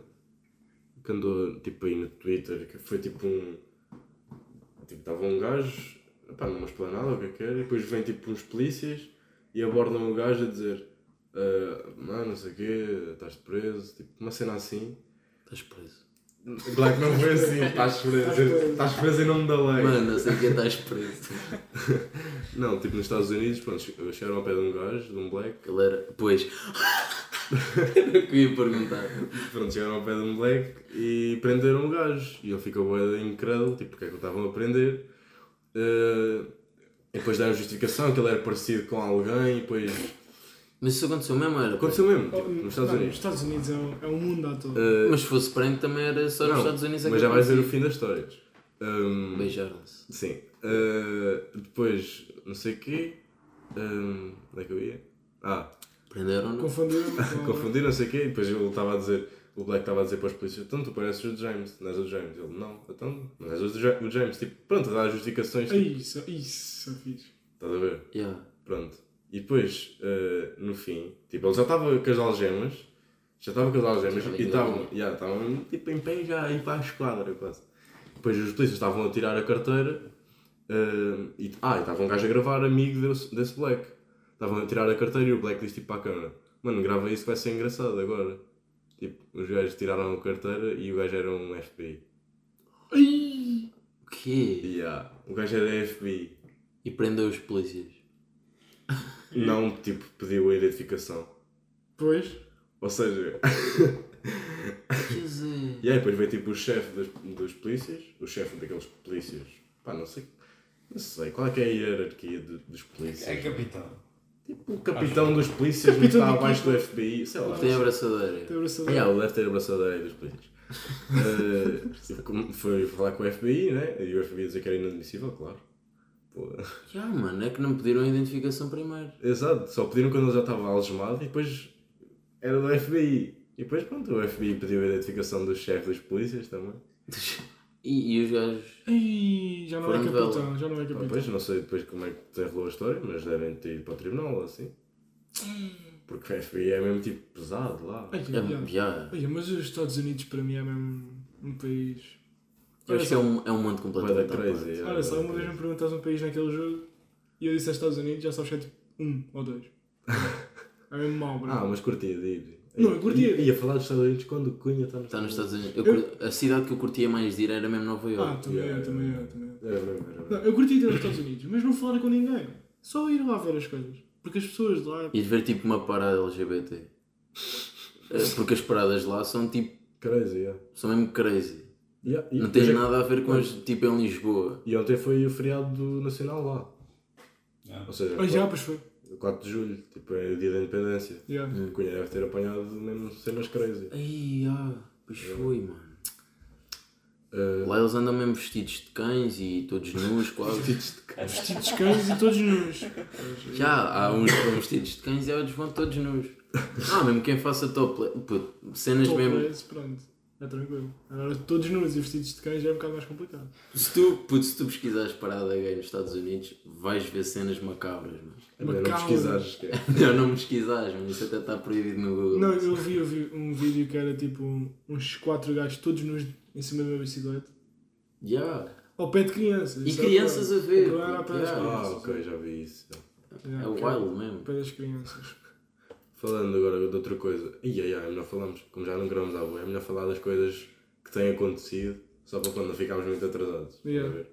Speaker 2: que andou tipo aí no Twitter que foi tipo um. Tipo, estava um gajo pá, numa esplanada, ou o que é que era, e depois vem tipo uns polícias e abordam o gajo a dizer ah, "Mano, não sei o quê, estás preso, tipo, uma cena assim.
Speaker 4: Estás preso.
Speaker 2: Claro que não foi assim, estás preso, estás preso em nome da lei.
Speaker 4: Mano, não sei o que é, estás preso.
Speaker 2: Não, tipo nos Estados Unidos, pronto, che- chegaram ao pé de um gajo, de um black,
Speaker 4: Galera, pois. Era o que eu ia perguntar.
Speaker 2: Pronto, chegaram ao pé de um moleque e prenderam o gajo. E ele ficou bué incrédulo, tipo, porque é que o estavam a prender? Eh, e depois deram justificação que ele era parecido com alguém e depois...
Speaker 4: Mas isso aconteceu mesmo, era.
Speaker 2: Aconteceu mesmo, tipo,
Speaker 1: Oh,
Speaker 2: nos Estados
Speaker 1: não,
Speaker 2: Unidos.
Speaker 1: Estados Unidos é um, é um mundo à toa.
Speaker 2: Eh,
Speaker 4: Mas se fosse prank também era só nos
Speaker 2: não,
Speaker 4: Estados Unidos é
Speaker 2: mas
Speaker 4: que
Speaker 2: já vais ver o
Speaker 4: acontecia.
Speaker 2: fim das histórias. Ehm,
Speaker 4: Beijaram-se.
Speaker 2: Sim. Eh, depois, não sei o quê... ehm, onde é que eu ia? Ah,
Speaker 4: Prenderam-no.
Speaker 1: Confundiram-me com...
Speaker 2: confundir, não sei o quê, e depois ele estava a dizer, o Black estava a dizer para os polícias, então tu pareces o James, não és o James. Ele, não, então não és o, Ja- o James. Tipo, pronto, dá justificações,
Speaker 1: Ai,
Speaker 2: tipo,
Speaker 1: É Isso, isso, é fixe.
Speaker 2: estás a ver?
Speaker 4: Yeah.
Speaker 2: Pronto. E depois, eh, no fim, tipo, ele já estava com as algemas, já estava com as algemas,
Speaker 4: Já
Speaker 2: e
Speaker 4: ligou.
Speaker 2: estavam, já, estavam tipo em pé já, e para a esquadra quase. Depois os polícias estavam a tirar a carteira, eh, e, ah, e estava um gajo a gravar, amigo desse, desse Black. Estavam a tirar a carteira e o Black disse tipo para a câmera, mano, grava isso que vai ser engraçado agora. Tipo, os gajos tiraram a carteira e o gajo era um FBI.
Speaker 1: Ai,
Speaker 4: O quê?
Speaker 2: E ah, o gajo era FBI.
Speaker 4: E prendeu os polícias.
Speaker 2: Não, tipo, pediu a identificação.
Speaker 1: pois.
Speaker 2: Ou seja,
Speaker 4: Quer dizer.
Speaker 2: E aí depois veio tipo o chefe dos, dos polícias, o chefe daqueles polícias, pá, não sei, não sei, qual é que é a hierarquia de- dos polícias?
Speaker 5: É capitão.
Speaker 2: tipo, o capitão dos polícias não
Speaker 1: Capitão
Speaker 2: está
Speaker 1: de
Speaker 2: abaixo
Speaker 1: equipa.
Speaker 2: do FBI, sei lá.
Speaker 4: Tem a abraçadeira.
Speaker 1: Tem abraçador.
Speaker 2: Ah, ele deve ter abraçado a área dos polícias. Eh, e como foi falar com o FBI, né? E o FBI dizer que era inadmissível, claro. Pô,
Speaker 4: Já, mano, é que não pediram a identificação primeiro.
Speaker 2: Exato, só pediram quando ele já estava algemado e depois era do FBI. E depois, pronto, o FBI pediu a identificação do chefe dos polícias também.
Speaker 4: E, e os gajos.
Speaker 1: Ai, já não
Speaker 4: Foi
Speaker 1: é
Speaker 4: novela.
Speaker 1: capitão, já não é
Speaker 2: Ah,
Speaker 1: capitão.
Speaker 2: Pois, não sei depois como é que desenrolou a história, mas devem ter ido para o tribunal ou assim.
Speaker 1: Hum.
Speaker 2: Porque o FBI é mesmo tipo pesado lá.
Speaker 1: Ai,
Speaker 4: É,
Speaker 1: ai, ai.
Speaker 4: já.
Speaker 1: Ai, mas os Estados Unidos para mim é mesmo um país.
Speaker 4: Eu acho que é um, é um mundo
Speaker 2: Bué da
Speaker 4: completamente à
Speaker 2: crazy.
Speaker 4: parte.
Speaker 2: é,
Speaker 1: Olha só,
Speaker 2: bué da
Speaker 1: uma vez me
Speaker 2: crazy.
Speaker 1: perguntaste um país naquele jogo e eu disse aos Estados Unidos, já sabes que é tipo um ou dois. É mesmo mau, bro.
Speaker 2: Ah, mas curtia de ir.
Speaker 1: Não, eu curtia. Tá
Speaker 2: Ia, ia falar dos Estados Unidos quando o Cunha está nos
Speaker 4: Está Tá nos Estados Unidos. Eu cur- A cidade que eu curtia mais de ir era mesmo Nova
Speaker 1: Ah,
Speaker 4: Iorque.
Speaker 1: também
Speaker 2: yeah,
Speaker 1: é, também é,
Speaker 2: yeah.
Speaker 1: também é.
Speaker 2: Era mesmo, era
Speaker 1: Não,
Speaker 2: mesmo.
Speaker 1: eu curti ir aos Estados Unidos, mas não falar com ninguém. Só ir lá ver as coisas. Porque as pessoas de lá.
Speaker 4: E de ver tipo uma parada LGBT. Eh, Porque as paradas lá são tipo.
Speaker 2: Crazy, yeah.
Speaker 4: são mesmo crazy.
Speaker 2: Yeah, e
Speaker 4: Não
Speaker 2: depois
Speaker 4: tem
Speaker 2: é-
Speaker 4: nada a ver com as tipo em Lisboa.
Speaker 2: E ontem foi o feriado do Nacional lá.
Speaker 5: Yeah.
Speaker 2: Ou seja,
Speaker 1: Ah, já, pois foi.
Speaker 2: 4 de julho, tipo, é o dia da independência.
Speaker 1: Yeah.
Speaker 2: O Cunha deve ter apanhado mesmo cenas crazy.
Speaker 4: Ai, ah, pois foi, mano.
Speaker 2: Uh,
Speaker 4: Lá eles andam mesmo vestidos de cães e todos nus, quase.
Speaker 2: vestidos de cães.
Speaker 1: Vestidos de cães Tipo, e todos nus.
Speaker 4: Já, há uns que vão vestidos de cães e há outros que vão todos nus. Ah, mesmo quem faça topless. Puto, cenas mesmo.
Speaker 1: Topless, pronto. É tranquilo. Agora todos nus e vestidos de cães já é um bocado mais complicado.
Speaker 4: Se tu, puto, se tu pesquisares parada gay nos Estados Unidos, vais ver cenas macabras, mano.
Speaker 2: É melhor não
Speaker 1: Macau.
Speaker 2: pesquisares, que é.
Speaker 4: Melhor não pesquisares, mano. Isso até está proibido no Google.
Speaker 1: Não, eu vi, eu vi um vídeo que era tipo um- uns quatro gajos todos nus em cima de uma bicicleta.
Speaker 4: Yeah.
Speaker 1: Ao pé de crianças.
Speaker 4: E
Speaker 1: isso é o
Speaker 4: crianças a ver.
Speaker 1: O problema era ao pé das
Speaker 4: Yeah.
Speaker 2: Ah,
Speaker 1: crianças.
Speaker 2: ok, já vi isso. então.
Speaker 1: Yeah,
Speaker 4: É
Speaker 1: ok.
Speaker 4: wild
Speaker 1: Ao
Speaker 4: mesmo.
Speaker 1: pé das crianças.
Speaker 2: Falando agora de outra coisa. Ia, ia, é melhor falarmos, como já não queremos à boa, é melhor falar das coisas que têm acontecido, só para quando não ficarmos muito atrasados. estás a
Speaker 1: Yeah.
Speaker 2: ver?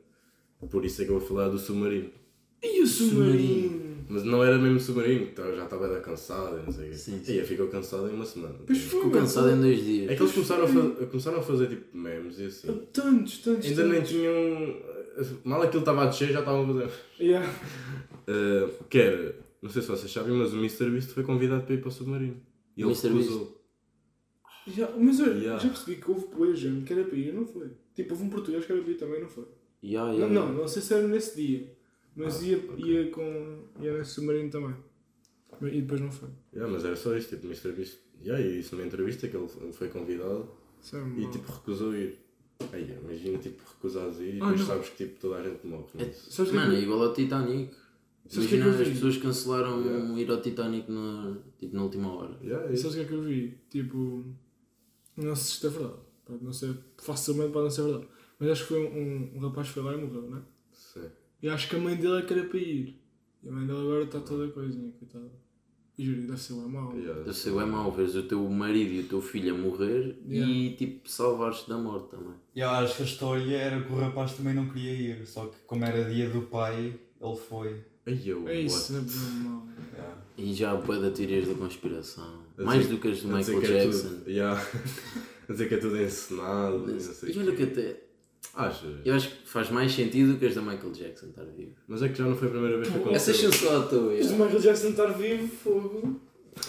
Speaker 2: Por isso é que eu vou falar do submarino.
Speaker 1: E o submarino?
Speaker 2: Mas não era mesmo submarino, que tava- já estava da cansado e não sei o quê.
Speaker 4: Sim, sim.
Speaker 2: Ia, ficou cansado em uma semana.
Speaker 1: Pois foi,
Speaker 4: Fico
Speaker 1: mano.
Speaker 4: cansado em dois dias.
Speaker 2: É que eles começaram a, faz- começaram a fazer tipo memes e assim.
Speaker 1: Tantos, tantos.
Speaker 2: Ainda nem
Speaker 1: tantos.
Speaker 2: tinham. Mal aquilo estava a descer, já estavam a fazer.
Speaker 1: Yeah.
Speaker 2: Uh, que era, não sei se vocês sabem, mas o Mr. Beast foi convidado para ir para o submarino. E ele
Speaker 4: Mr.
Speaker 2: recusou.
Speaker 1: Já, mas eu
Speaker 2: Yeah.
Speaker 1: já percebi que houve boa gente que era para ir, não foi? Tipo, houve um português que era para ir também, não foi?
Speaker 4: Yeah,
Speaker 1: Não,
Speaker 4: yeah,
Speaker 1: não, não sei se era nesse dia. Mas
Speaker 2: Ah,
Speaker 1: ia,
Speaker 2: ok.
Speaker 1: ia com. ia nesse submarino também. Mas- E depois não foi.
Speaker 2: Yeah, mas era só isso, tipo, Mr. Beast. Yeah, e isso numa entrevista que ele foi convidado
Speaker 1: Isso é mau.
Speaker 2: e tipo recusou ir. Aí, imagina, tipo, recusares ir e
Speaker 1: Ah,
Speaker 2: depois
Speaker 1: não.
Speaker 2: sabes que tipo, toda a gente morre. não é?
Speaker 1: Sabes o que é que
Speaker 4: Mano,
Speaker 1: eu-
Speaker 4: é igual ao Titanic.
Speaker 1: Sabes o que é que
Speaker 4: Imagina
Speaker 1: eu
Speaker 4: as
Speaker 1: vi?
Speaker 4: pessoas cancelaram um
Speaker 2: Yeah.
Speaker 4: ir ao Titanic na, tipo, na última hora.
Speaker 2: Yeah, é
Speaker 1: E
Speaker 2: isso.
Speaker 1: sabes o que é que eu vi? Tipo, não sei se isto é verdade. Pode não ser, facilmente pode não ser verdade. Mas acho que foi um, um, um rapaz que foi lá e morreu, né?
Speaker 2: Sim.
Speaker 1: E acho que a mãe dele é que era para ir. E a mãe dele agora está toda coisinha, coitada. E juro, deve ser lá mal.
Speaker 2: Yeah.
Speaker 4: Eu sei, é mau veres o teu marido e o teu filho a morrer e tipo salvar-te da morte também.
Speaker 3: E eu acho que a história era que o rapaz também não queria ir, só que como era dia do pai, ele foi.
Speaker 2: Ai, eu,
Speaker 1: É isso,
Speaker 2: what?
Speaker 1: é bem mal.
Speaker 4: E já há bué de teorias da conspiração.
Speaker 2: A
Speaker 4: Mais
Speaker 2: dizer-
Speaker 4: do que as de
Speaker 2: a dizer
Speaker 4: Michael
Speaker 2: que é
Speaker 4: Jackson.
Speaker 2: Tudo, yeah. a dizer que é tudo encenado e não sei
Speaker 4: E
Speaker 2: o
Speaker 1: é
Speaker 4: olha que
Speaker 2: quê.
Speaker 4: até.
Speaker 2: Achas?
Speaker 4: Eu acho que faz mais sentido que as da Michael Jackson estar vivo.
Speaker 2: Mas é que já não foi a primeira vez que aconteceu.
Speaker 4: Essas são só à toa.
Speaker 1: Mas o
Speaker 4: yeah.
Speaker 1: Michael Jackson estar vivo, fogo.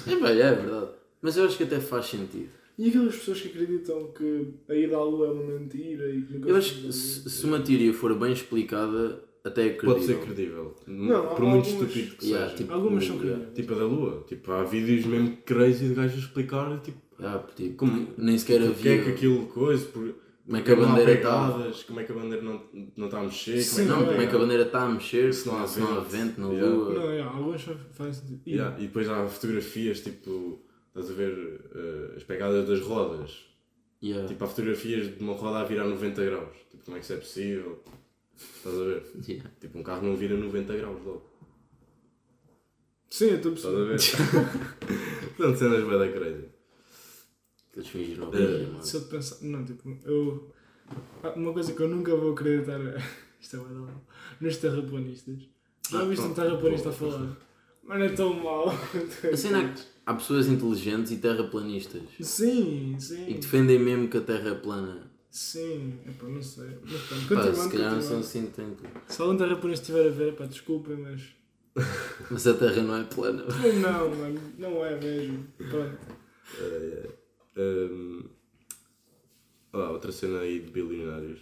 Speaker 4: É bem, é verdade. Mas eu acho que até faz sentido.
Speaker 1: E aquelas pessoas que acreditam que a ida à lua é uma mentira e que nunca
Speaker 4: Eu acho que se, se uma teoria for bem explicada, até é
Speaker 2: Pode ser
Speaker 4: credível.
Speaker 2: credível.
Speaker 1: Não, há
Speaker 2: por
Speaker 1: algumas-
Speaker 2: muito estúpido que
Speaker 4: Yeah,
Speaker 2: seja.
Speaker 4: tipo,
Speaker 1: Algumas são
Speaker 4: yeah.
Speaker 1: credíveis.
Speaker 2: Tipo a da Lua. Tipo, há vídeos mesmo crazy de gajos a explicar tipo,
Speaker 4: Ah, tipo,
Speaker 2: Como-
Speaker 4: nem sequer
Speaker 2: porque é que
Speaker 4: havia.
Speaker 2: aquilo coisa, por-
Speaker 4: Como é que a bandeira estava.
Speaker 2: pegadas, como é que a bandeira não, não está a mexer,
Speaker 1: Sim,
Speaker 4: Não, como é que a
Speaker 2: pega.
Speaker 4: bandeira está a mexer, se
Speaker 2: Se não há
Speaker 4: não há
Speaker 2: vento.
Speaker 4: vento na
Speaker 2: Yeah.
Speaker 4: lua.
Speaker 1: Não, é, algumas fa- fazem sentido. E
Speaker 2: Yeah, E depois há fotografias tipo, estás a ver eh, as pegadas das rodas.
Speaker 4: Yeah.
Speaker 2: Tipo, há fotografias de uma roda a virar 90 graus. Tipo, como é que isso é possível? Estás a ver?
Speaker 4: Yeah.
Speaker 2: Tipo, um carro não vira 90 graus logo.
Speaker 1: Sim, eu estou a
Speaker 2: Estás a
Speaker 1: perceber.
Speaker 2: ver? Portanto, cenas bem da crazy.
Speaker 4: Que eles fingiram a
Speaker 2: É.
Speaker 4: bandeira, mano.
Speaker 1: Se eu pensar. Não, tipo, eu. Ah, Uma coisa que eu nunca vou acreditar é. Isto é bué da mal. Nos terraplanistas. Já
Speaker 4: Ah,
Speaker 1: viste um
Speaker 4: pronto.
Speaker 1: terraplanista a falar? Mano, é tão mau.
Speaker 4: A cena é que há pessoas inteligentes e terraplanistas
Speaker 1: Sim,
Speaker 4: e
Speaker 1: sim.
Speaker 4: que defendem mesmo que a Terra é plana.
Speaker 1: Sim. É pá, não sei. Mas pronto,
Speaker 4: Pá,
Speaker 1: continuando.
Speaker 4: se calhar não são
Speaker 1: continuando.
Speaker 4: assim tanto.
Speaker 1: Se algum terraplanista estiver a ver, é pá, desculpem, mas.
Speaker 4: Mas a Terra não é plana.
Speaker 1: Não, mano, não é mesmo. Pronto.
Speaker 2: Eh, ehm, ah, outra cena aí de bilionários.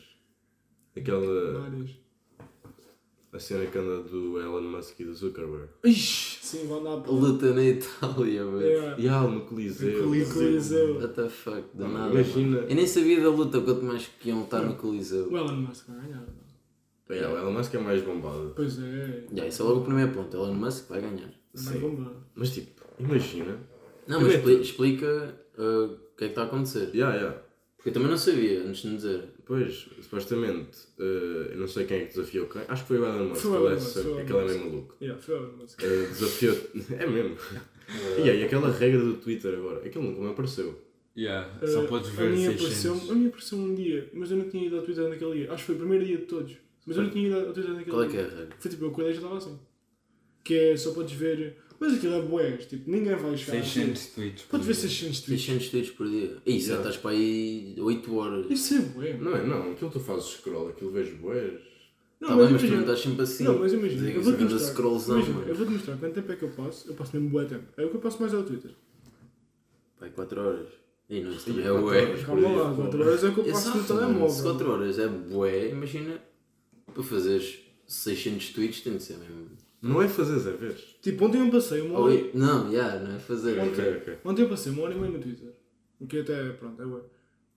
Speaker 2: Aquela
Speaker 1: Várias.
Speaker 2: a cena que anda do Elon Musk e do Zuckerberg.
Speaker 1: Ixi! Sim, vão dar
Speaker 4: A
Speaker 1: para.
Speaker 4: luta na
Speaker 2: É.
Speaker 4: Itália, velho.
Speaker 1: Yeah.
Speaker 2: E há um no Coliseu.
Speaker 1: Coli- Coliseu.
Speaker 4: What the fuck, do nada.
Speaker 2: Imagina.
Speaker 4: mano. Eu nem sabia da luta, quanto mais que iam lutar no Coliseu.
Speaker 1: O Elon Musk vai ganhar. não?
Speaker 2: É, o Elon Musk é mais bombado.
Speaker 1: Pois é.
Speaker 4: Yeah, isso é logo o primeiro ponto. Elon Musk vai ganhar.
Speaker 1: Vai
Speaker 2: Sim.
Speaker 1: bombar.
Speaker 2: Mas tipo, imagina.
Speaker 4: Não, mas
Speaker 2: Primeiro
Speaker 4: expli- explica uh, o que é que está a acontecer.
Speaker 2: Yeah, yeah.
Speaker 4: Porque eu também não sabia, antes de me dizer.
Speaker 2: Pois, supostamente, eh, eu não sei quem é que desafiou quem. Acho que foi o Elon Musk.
Speaker 1: Foi o
Speaker 2: Ele é
Speaker 1: Elon Musk,
Speaker 2: só-
Speaker 1: foi o Elon
Speaker 2: Aquele é
Speaker 1: Musk.
Speaker 2: meio maluco.
Speaker 1: Yeah, foi o Elon Musk.
Speaker 2: Eh, desafiou. é mesmo.
Speaker 1: É.
Speaker 2: E aí, aquela regra do Twitter agora. Aquilo nunca me apareceu.
Speaker 3: Yeah,
Speaker 1: Eh,
Speaker 3: só podes
Speaker 1: a
Speaker 3: ver
Speaker 1: minha apareceu,
Speaker 3: 600.
Speaker 1: A minha apareceu um dia, mas eu não tinha ido ao Twitter naquele dia. Acho que foi o primeiro dia de todos. Mas eu não tinha ido ao Twitter naquele
Speaker 4: Qual é que
Speaker 1: dia.
Speaker 4: é a regra?
Speaker 1: Foi tipo, eu acordei e já estava assim. Que é, só podes ver... Mas aquilo é boés, tipo, ninguém vai chegar.
Speaker 3: 600 tweets. por
Speaker 1: Podes ver tipo,
Speaker 3: dia.
Speaker 1: 600 tweets.
Speaker 4: 600 tweets por dia. Isso, já
Speaker 2: Yeah.
Speaker 4: estás para aí 8 horas.
Speaker 1: Isso é bué, mano.
Speaker 2: Não é, não. Aquilo tu fazes scroll, aquilo vês boés.
Speaker 4: Tá bem, mas tu não estás sempre assim.
Speaker 1: Não, mas imagina,
Speaker 4: Diga,
Speaker 1: eu vou-te
Speaker 4: isso é grande
Speaker 1: mostrar,
Speaker 4: scrollzão,
Speaker 1: imagina,
Speaker 4: mano.
Speaker 1: eu vou-te mostrar quanto tempo é que eu passo, eu passo mesmo bué tempo. É o que eu passo mais ao Twitter.
Speaker 4: Vai 4 horas. E não, isso também é
Speaker 2: quatro
Speaker 4: bué.
Speaker 2: horas.
Speaker 1: Calma lá,
Speaker 2: Por aí,
Speaker 1: 4 horas é o que eu passo no
Speaker 4: Exato, mano. Se
Speaker 1: telemóvel.
Speaker 4: 4 horas é bué, imagina, para fazeres 600 tweets tem de ser mesmo.
Speaker 2: Não é fazer, é ver.
Speaker 1: Tipo, ontem eu passei uma hora...
Speaker 4: Oi? Não, já, não é fazer.
Speaker 2: Ok, ok.
Speaker 1: Ontem eu passei uma hora e meia no Twitter. O que até, pronto, é bué.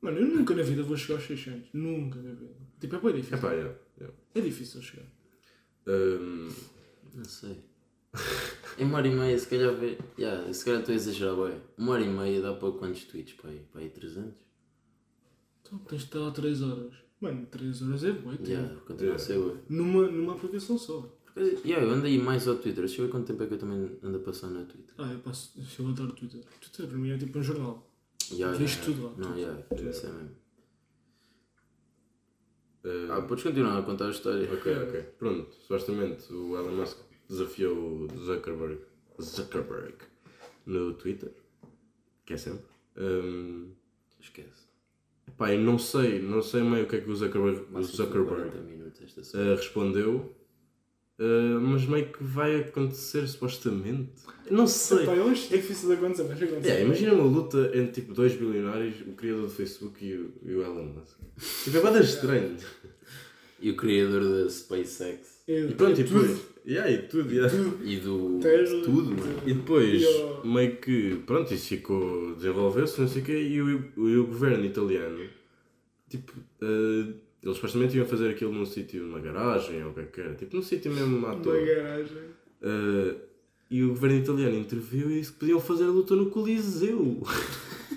Speaker 1: Mano, eu nunca na vida vou chegar aos 600. Nunca na vida. Tipo, é bué difícil.
Speaker 2: Epá, yeah, yeah.
Speaker 1: É difícil eu chegar.
Speaker 2: Um,
Speaker 4: Não sei. Em uma hora e meia, se calhar, vê... já, se calhar estou a exagerar, bué. Uma hora e meia dá para quantos tweets? Para aí, para aí 300?
Speaker 1: Então tens de estar lá 3 horas. Mano, 3 horas é bué tempo.
Speaker 4: Yeah, continua a ser bué.
Speaker 1: Numa, numa aplicação só.
Speaker 4: Por acaso, yeah, eu andei mais ao Twitter. Deixa eu ver quanto tempo é que eu também ando a passar no Twitter.
Speaker 1: Ah, eu passo. Eu adoro Twitter. Twitter para mim é tipo um jornal.
Speaker 4: Yeah,
Speaker 1: Vês
Speaker 4: yeah,
Speaker 1: tudo lá,
Speaker 4: Não,
Speaker 1: tudo.
Speaker 4: yeah, tudo isso é mesmo.
Speaker 2: Eh,
Speaker 4: Ah, podes continuar a contar a história.
Speaker 2: ok, ok. Pronto, supostamente o Elon Musk desafiou o Zuckerberg, Zuckerberg no Twitter, que é sempre. Ehm,
Speaker 4: Esquece.
Speaker 2: pá, eu não sei, não sei meio o que é que o Zuckerberg, o
Speaker 4: Máximo
Speaker 2: Zuckerberg
Speaker 4: 40 minutos esta semana.
Speaker 2: eh, respondeu, eh, mas meio que vai acontecer supostamente. Não sei.
Speaker 1: Pá, eu acho difícil de acontecer, mas acontece.
Speaker 2: É, imagina uma luta entre tipo dois bilionários, o criador do Facebook e o, e o Elon Musk. Tipo, é bada estranho.
Speaker 4: E o criador da SpaceX.
Speaker 1: É-
Speaker 2: E pronto, tipo,
Speaker 1: é
Speaker 2: e depois. Yeah, e tudo, yeah.
Speaker 4: E do.
Speaker 1: Tesla.
Speaker 4: tudo, mano.
Speaker 2: E depois,
Speaker 1: E, ó,
Speaker 2: meio que, pronto, isso ficou, desenvolveu-se, não sei o quê, e o, e o governo italiano, tipo, eh, eles supostamente iam fazer aquilo num sítio, numa garagem ou o que é que era, tipo, num sítio mesmo à
Speaker 1: uma
Speaker 2: toa.
Speaker 1: garagem.
Speaker 2: Eh, e o governo italiano interviu e disse que podiam fazer a luta no Coliseu.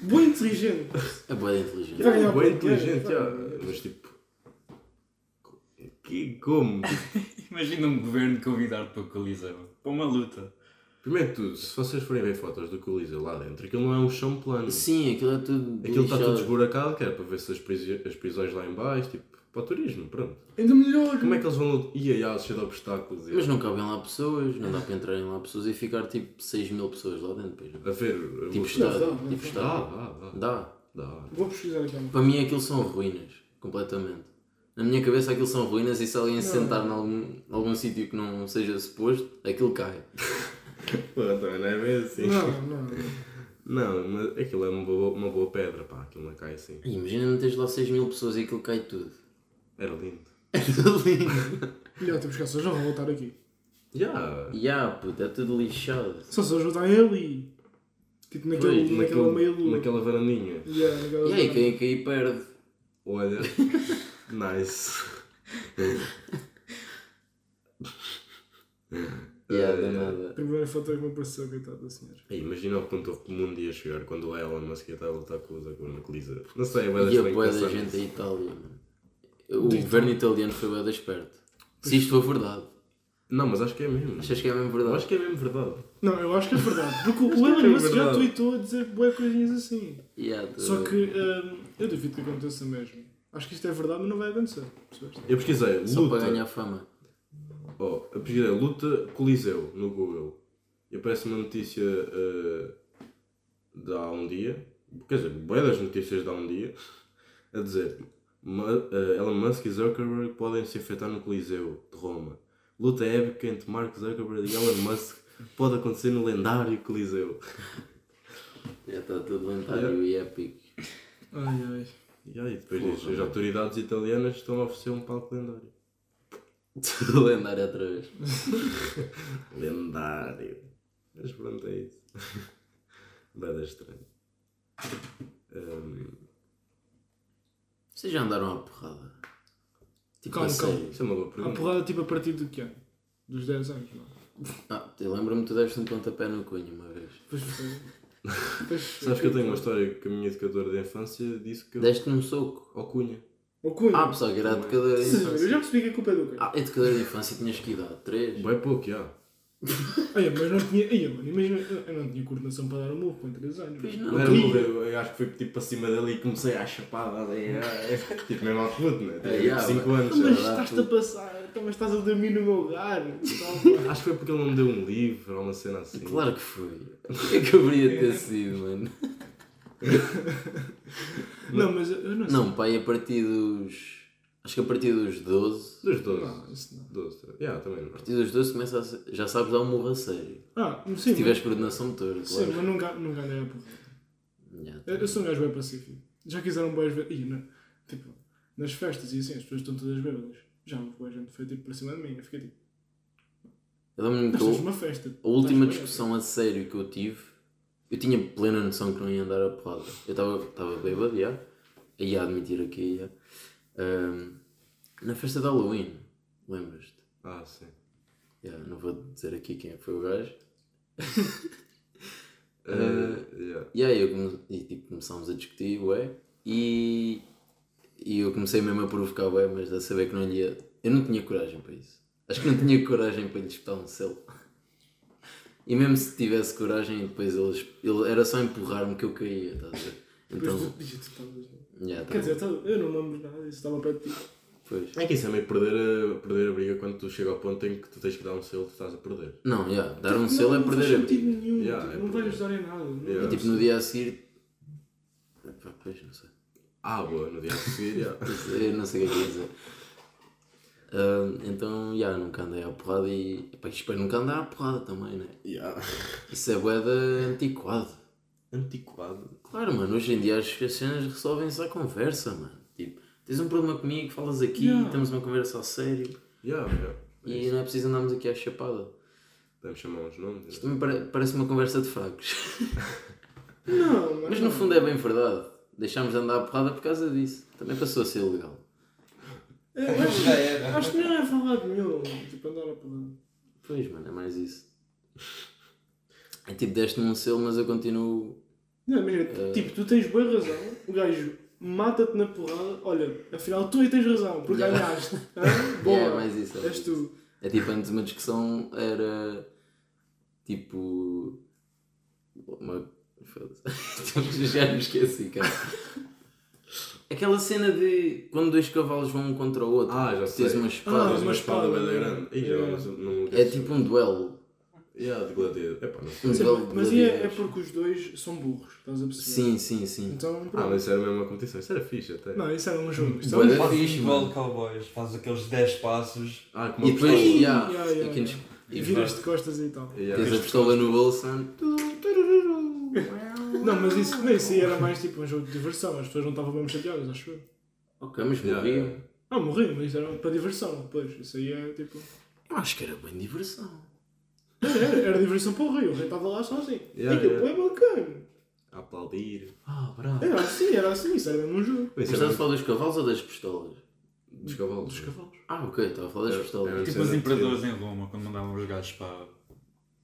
Speaker 1: Boa inteligente.
Speaker 4: É boa inteligente.
Speaker 1: Vai ganhar
Speaker 2: Bem
Speaker 1: o
Speaker 2: inteligente,
Speaker 1: Coliseu,
Speaker 2: já.
Speaker 1: vai.
Speaker 2: Mas tipo. Que como?
Speaker 3: Imagina um governo convidar para o Coliseu. Para uma luta.
Speaker 2: Primeiro de tudo, se vocês forem ver fotos do Coliseu lá dentro, aquilo não é um chão plano.
Speaker 4: Sim, aquilo é tudo.
Speaker 2: Aquilo está tudo
Speaker 4: lixado.
Speaker 2: esburacado, que era para ver se as, prisi- as prisões lá em baixo, tipo, para o turismo, pronto.
Speaker 1: Ainda melhor.
Speaker 2: Como é que eles vão. Ia, ia, cheio de obstáculos.
Speaker 4: Mas
Speaker 2: ia.
Speaker 4: não cabem lá pessoas, não dá para entrarem lá pessoas e ficar tipo 6 mil pessoas lá dentro depois. não é?
Speaker 2: A ver. a
Speaker 4: Tipo
Speaker 2: velocidade.
Speaker 4: estádio.
Speaker 1: dá,
Speaker 4: Tipo
Speaker 2: Dá,
Speaker 4: estádio.
Speaker 2: dá, dá.
Speaker 4: Dá.
Speaker 2: Dá.
Speaker 1: Vou pesquisar aqui.
Speaker 4: Para mim aquilo são ruínas, completamente. Na minha cabeça aquilo são ruínas e se alguém se sentar em algum, algum sítio que não seja suposto, aquilo cai.
Speaker 2: Pô, também não é bem assim.
Speaker 1: Não, não.
Speaker 2: Não, mas aquilo é uma boa, uma boa pedra, pá, aquilo não cai assim.
Speaker 4: E Imagina não tens lá 6 mil pessoas e aquilo cai tudo.
Speaker 2: Era lindo.
Speaker 4: É tudo lindo.
Speaker 1: Melhor tipo, temos que as pessoas não vão voltar aqui.
Speaker 2: Já!
Speaker 4: Ya, puto, é tudo lixado.
Speaker 1: Só se eles voltarem ali. Tipo naquele,
Speaker 4: Pois,
Speaker 1: naquela meia lua.
Speaker 2: naquela varandinha.
Speaker 1: Yeah, naquela
Speaker 4: E aí,
Speaker 1: zona.
Speaker 2: é
Speaker 4: quem cair perde.
Speaker 2: Olha. nice.
Speaker 4: Ya,
Speaker 2: Ah,
Speaker 4: danada.
Speaker 1: Primeira foto que me apareceu, coitado da senhora.
Speaker 2: Ei, imagina o ponto que o mundo ia chegar quando o Elon Musk ia estar a lutar com o Zuckerberg na colisa. Não sei, é bem
Speaker 4: E a boa da
Speaker 2: pensar
Speaker 4: gente
Speaker 2: nisso.
Speaker 4: da Itália, mano. O governo italiano foi bué da esperto. Se isto for verdade.
Speaker 2: Não, mas acho que é mesmo.
Speaker 4: Achas que é mesmo
Speaker 2: Eu
Speaker 4: verdade?
Speaker 2: acho que é mesmo verdade.
Speaker 1: Não, eu acho que é verdade. Porque o
Speaker 2: que é
Speaker 1: Elon Musk já
Speaker 2: verdade.
Speaker 1: tweetou a dizer boas coisinhas assim.
Speaker 4: Ya, tá-
Speaker 2: Eh,
Speaker 1: Só que hum, eu duvido que aconteça mesmo. Acho que isto é verdade, mas não vai acontecer. Percebeste?
Speaker 2: Eu pesquisei
Speaker 4: Só para
Speaker 2: luta.
Speaker 4: ganhar fama.
Speaker 2: Oh, eu pesquisei luta Coliseu no Google. E aparece uma notícia eh, de há um dia. Quer dizer, bem das notícias de há um dia. A dizer: Ma- eh, Elon Musk e Zuckerberg podem se afetar no Coliseu de Roma. Luta épica entre Mark Zuckerberg e Elon Musk pode acontecer no lendário Coliseu.
Speaker 4: Já está tudo lentário e épico.
Speaker 1: Ai ai.
Speaker 2: E aí, depois diz, as autoridades italianas estão a oferecer um palco lendário.
Speaker 4: Tudo lendário outra vez.
Speaker 2: Lendário. Mas pronto, é isso. Bada estranho. Ahm,
Speaker 4: Vocês já andaram à porrada? Tipo
Speaker 1: Calma,
Speaker 4: a sério?
Speaker 2: isso é uma boa
Speaker 1: A
Speaker 2: pergunta.
Speaker 1: porrada tipo a partir do que ano? Dos 10 anos, não? é?
Speaker 4: Ah, eu lembro-me que tu deste um pontapé no cunho uma vez.
Speaker 1: Depois foi. Depois
Speaker 2: Sabes que eu tenho uma história que a minha educadora de infância disse que eu.
Speaker 4: Deste-me um soco.
Speaker 2: Ao cunha.
Speaker 1: O Cunha.
Speaker 4: Ah, pessoal, que era educadora de
Speaker 1: eu
Speaker 4: infância.
Speaker 1: já percebi que a culpa é do Cunha.
Speaker 4: Ah, educadora de infância tinhas que idade? 3?
Speaker 2: Bem pouco, já.
Speaker 1: Ai, mas não tinha. Ai, mano, imagina, eu eu não tinha coordenação para dar um murro com 3 anos.
Speaker 4: Pois
Speaker 2: Não
Speaker 4: não.
Speaker 2: era burro, eu, eu acho que foi tipo para cima dele e comecei a chapada ali. ah, Tipo mesmo ao puto, né?
Speaker 4: É,
Speaker 2: Tinha
Speaker 4: já,
Speaker 2: 5
Speaker 4: mano.
Speaker 2: anos.
Speaker 1: Então, Mas
Speaker 4: Já dá
Speaker 1: estás-te a passar, então, mas estás a dormir no meu lugar. Calma.
Speaker 2: Acho que foi porque ele não me deu um livro ou uma cena assim.
Speaker 4: Claro que foi. O que é que haveria de ter sido, mano?
Speaker 1: não, mas eu eu não sei.
Speaker 4: Não, pai, a partir dos. Acho que a partir dos 12.
Speaker 2: Dos 12.
Speaker 1: Não, isso não.
Speaker 2: 12, 13. Yeah, também não.
Speaker 4: A partir dos 12 começa a ser, já sabes dar um murro a sério.
Speaker 1: Ah, sim.
Speaker 4: Se tiveres coordenação motora,
Speaker 1: Sim,
Speaker 4: claro.
Speaker 1: mas nunca, nunca andei a porrada.
Speaker 4: Já, tá.
Speaker 1: Eu, eu sou um gajo bem pacífico. Já quiseram boas vezes. Ih, não. Tipo, nas festas e assim, as pessoas estão todas bêbadas. Já me boa gente foi tipo para cima de mim. Eu fiquei tipo,
Speaker 4: Eu lembro-me
Speaker 1: nós
Speaker 4: que
Speaker 1: temos
Speaker 4: eu-
Speaker 1: uma festa.
Speaker 4: A última
Speaker 1: Estás bêbado.
Speaker 4: discussão a sério que eu tive, eu tinha plena noção que não ia andar a porrada. Eu estava estava bêbado, já. Ia admitir aqui, já. Ahm, na festa de Halloween, lembras-te?
Speaker 2: Ah, sim.
Speaker 4: Já, não vou dizer aqui quem é foi o gajo.
Speaker 2: Eh, yeah. Ah,
Speaker 4: E aí eu come- e, tipo, começámos a discutir, ué. E, e E eu comecei mesmo a provocar bem, mas a saber que não lhe ia. Eu não tinha coragem para isso. Acho que não tinha coragem para lhe espetar um selo. E mesmo se tivesse coragem, depois eles. Ele, era só empurrar-me que eu caía, estás a ver?
Speaker 1: Depois
Speaker 4: Então.
Speaker 1: tu- Ih, tu estavas, né?
Speaker 4: já tá
Speaker 1: Quer
Speaker 4: bom.
Speaker 1: dizer, eu tava- eu não me lembro nada disso, estava perto de ti.
Speaker 4: Pois.
Speaker 2: É que isso é meio perder a, perder a briga quando tu chega ao ponto em que tu tens que dar um selo que estás a perder.
Speaker 4: Não, já. Dar um
Speaker 1: tipo, Não,
Speaker 4: selo é
Speaker 1: não faz
Speaker 4: perder a
Speaker 1: sentido
Speaker 4: vida.
Speaker 1: nenhum,
Speaker 2: Yeah,
Speaker 1: tipo,
Speaker 2: é
Speaker 1: não vai
Speaker 2: perder.
Speaker 1: ajudar em nada. não- é?
Speaker 2: Yeah.
Speaker 4: E tipo, no dia a seguir. Epá, Pois, não sei.
Speaker 2: Ah, boa, no dia a seguir, já.
Speaker 4: Eu não sei o que é que ia dizer. Ah, então, já, nunca andei à porrada e. Epá, espero nunca andar à porrada também, né?
Speaker 2: Já.
Speaker 4: Isso é boeda antiquado.
Speaker 2: Antiquado.
Speaker 4: Claro, mano, hoje em dia acho que as cenas resolvem-se à conversa, mano. Tipo, tens um problema comigo, falas aqui,
Speaker 1: Yeah.
Speaker 4: temos uma conversa a sério
Speaker 2: Já, já.
Speaker 4: e não é preciso andarmos aqui à chapada.
Speaker 2: Podemos chamar uns nomes. né?
Speaker 4: Isto também pare- parece uma conversa de fracos.
Speaker 1: Não, mano.
Speaker 4: Mas no fundo é bem verdade. Deixámos de andar à porrada por causa disso. Também passou a ser ilegal.
Speaker 1: Eu acho, acho que não é falado nenhum. Tipo, andar a palavra.
Speaker 4: Pois, mano, é mais isso. É tipo, deste-me um selo, mas eu continuo.
Speaker 1: Não, imagina,
Speaker 4: Eh.
Speaker 1: tu- tipo, tu tens boa razão, o gajo mata-te na porrada, olha, afinal tu aí tens razão, porque
Speaker 4: Yeah.
Speaker 1: ganhaste. Hã? Boa,
Speaker 4: Yeah, é mais isso. É, mais
Speaker 1: és
Speaker 4: isso.
Speaker 1: tu.
Speaker 4: É tipo, antes uma discussão era tipo. Uma. Foda-se. Tipo, Já me esqueci, cara. Aquela cena de quando dois cavalos vão um contra o outro,
Speaker 2: Ah, já
Speaker 4: tu tens
Speaker 2: sei.
Speaker 4: uma
Speaker 1: Ah,
Speaker 4: espada.
Speaker 1: mas- uma espada,
Speaker 2: bué da
Speaker 1: né?
Speaker 2: grande. Ih, já,
Speaker 1: Yeah.
Speaker 2: mas eu não
Speaker 4: é tipo um duelo.
Speaker 2: Já, de gladiador. Epá, não sei.
Speaker 4: Um
Speaker 1: Sim,
Speaker 4: duelo de
Speaker 1: mas aí é, é
Speaker 4: gladiadores.
Speaker 1: porque os dois são burros, estás a perceber?
Speaker 4: Sim, sim, sim.
Speaker 1: Então,
Speaker 2: Ah,
Speaker 1: pronto.
Speaker 2: mas isso era mesmo uma competição. Isso era fixe até.
Speaker 1: Não, isso era um jogo. Isso
Speaker 4: Boa
Speaker 1: era um
Speaker 4: da-
Speaker 1: jogo.
Speaker 4: Faz
Speaker 5: Faz
Speaker 4: fixe,
Speaker 5: igual
Speaker 4: mano.
Speaker 5: cowboys, faz aqueles 10 passos.
Speaker 2: Ah, como
Speaker 4: E
Speaker 2: uma
Speaker 4: depois,
Speaker 2: pistola.
Speaker 1: Ih,
Speaker 4: já,
Speaker 1: yeah, yeah,
Speaker 4: e que nos-
Speaker 1: E viras de costas e tal.
Speaker 2: Yeah.
Speaker 4: tens a pistola no bolso, né? mano.
Speaker 1: Não, mas isso, não, isso aí era mais tipo um jogo de diversão, as pessoas não estavam mesmo chateadas, acho eu.
Speaker 4: Ok, mas
Speaker 2: Yeah,
Speaker 4: morriam.
Speaker 2: yeah.
Speaker 1: Não, morri, mas isso era para diversão, depois. Isso aí é tipo.
Speaker 4: Eu acho que era bem diversão.
Speaker 1: Era, era diversão para o rei, o rei estava lá sozinho.
Speaker 2: Yeah,
Speaker 1: e aquilo
Speaker 2: yeah.
Speaker 1: é bacana.
Speaker 2: A aplaudir.
Speaker 4: Ah, bravo.
Speaker 1: Era assim, era assim, isso era mesmo um jogo.
Speaker 4: Mas
Speaker 2: Isso
Speaker 4: estás
Speaker 2: era
Speaker 4: a falar dos cavalos ou das pistolas?
Speaker 2: dos cavalos. né?
Speaker 1: Dos cavalos.
Speaker 4: Ah, ok, estava a falar das
Speaker 2: É,
Speaker 4: pistolas.
Speaker 2: é-
Speaker 3: Tipo os imperadores em Roma, quando mandavam os gajos para,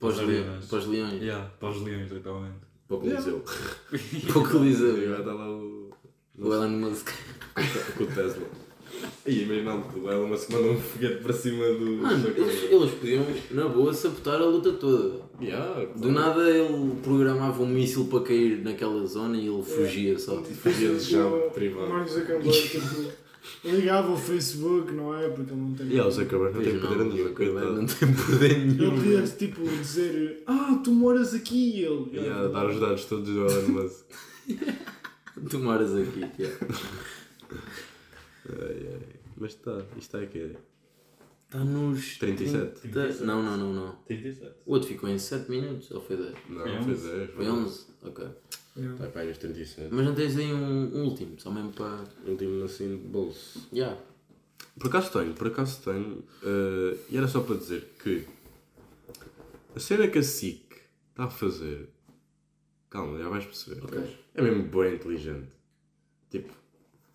Speaker 4: Para os
Speaker 3: as
Speaker 4: leões. Para os leões.
Speaker 3: Yeah, para os leões, literalmente.
Speaker 2: Para o Coliseu.
Speaker 4: Para o Coliseu.
Speaker 2: Agora está lá o.
Speaker 4: O Elon Musk.
Speaker 2: Com o Tesla. E imagina o Elon Musk mandou um foguete para cima do.
Speaker 4: Mano, eles, eles podiam, na boa, sabotar a luta toda.
Speaker 2: Yeah,
Speaker 4: Do nada ele programava um míssil para cair naquela zona e
Speaker 2: É.
Speaker 4: ele fugia só.
Speaker 2: Fugia de chão, privado.
Speaker 1: Mark Zuckerberg, tipo, ligava o Facebook, não é? Porque ele não tem.
Speaker 2: E o Zuckerberg não tem poder nenhum,
Speaker 4: Não
Speaker 2: coitado.
Speaker 4: tem poder
Speaker 1: Ele
Speaker 4: nenhum.
Speaker 1: podia, tipo, dizer: Ah, tu moras aqui, e ele.
Speaker 2: E a dar os dados todos do Elon Musk.
Speaker 4: Tu moras aqui, que é.
Speaker 2: Ai, ai. Mas está, isto é está aqui.
Speaker 4: Está nos.
Speaker 2: 37.
Speaker 4: 30. Não, não, não, não.
Speaker 5: 37.
Speaker 4: O outro ficou em 7 minutos ou foi 10?
Speaker 2: Não, é, foi
Speaker 3: Foi onze.
Speaker 2: 10.
Speaker 4: Foi 11? Ok.
Speaker 1: Yeah.
Speaker 2: Está para aí nos 37.
Speaker 4: Mas não tens aí um, um último, só mesmo para.
Speaker 2: Último assim de bolso.
Speaker 4: Yeah.
Speaker 2: Por acaso tenho, por acaso tenho. eh, e era só para dizer que a cena que a SIC está a fazer. Calma, já vais perceber.
Speaker 4: Ok.
Speaker 2: É mesmo bem inteligente. Tipo,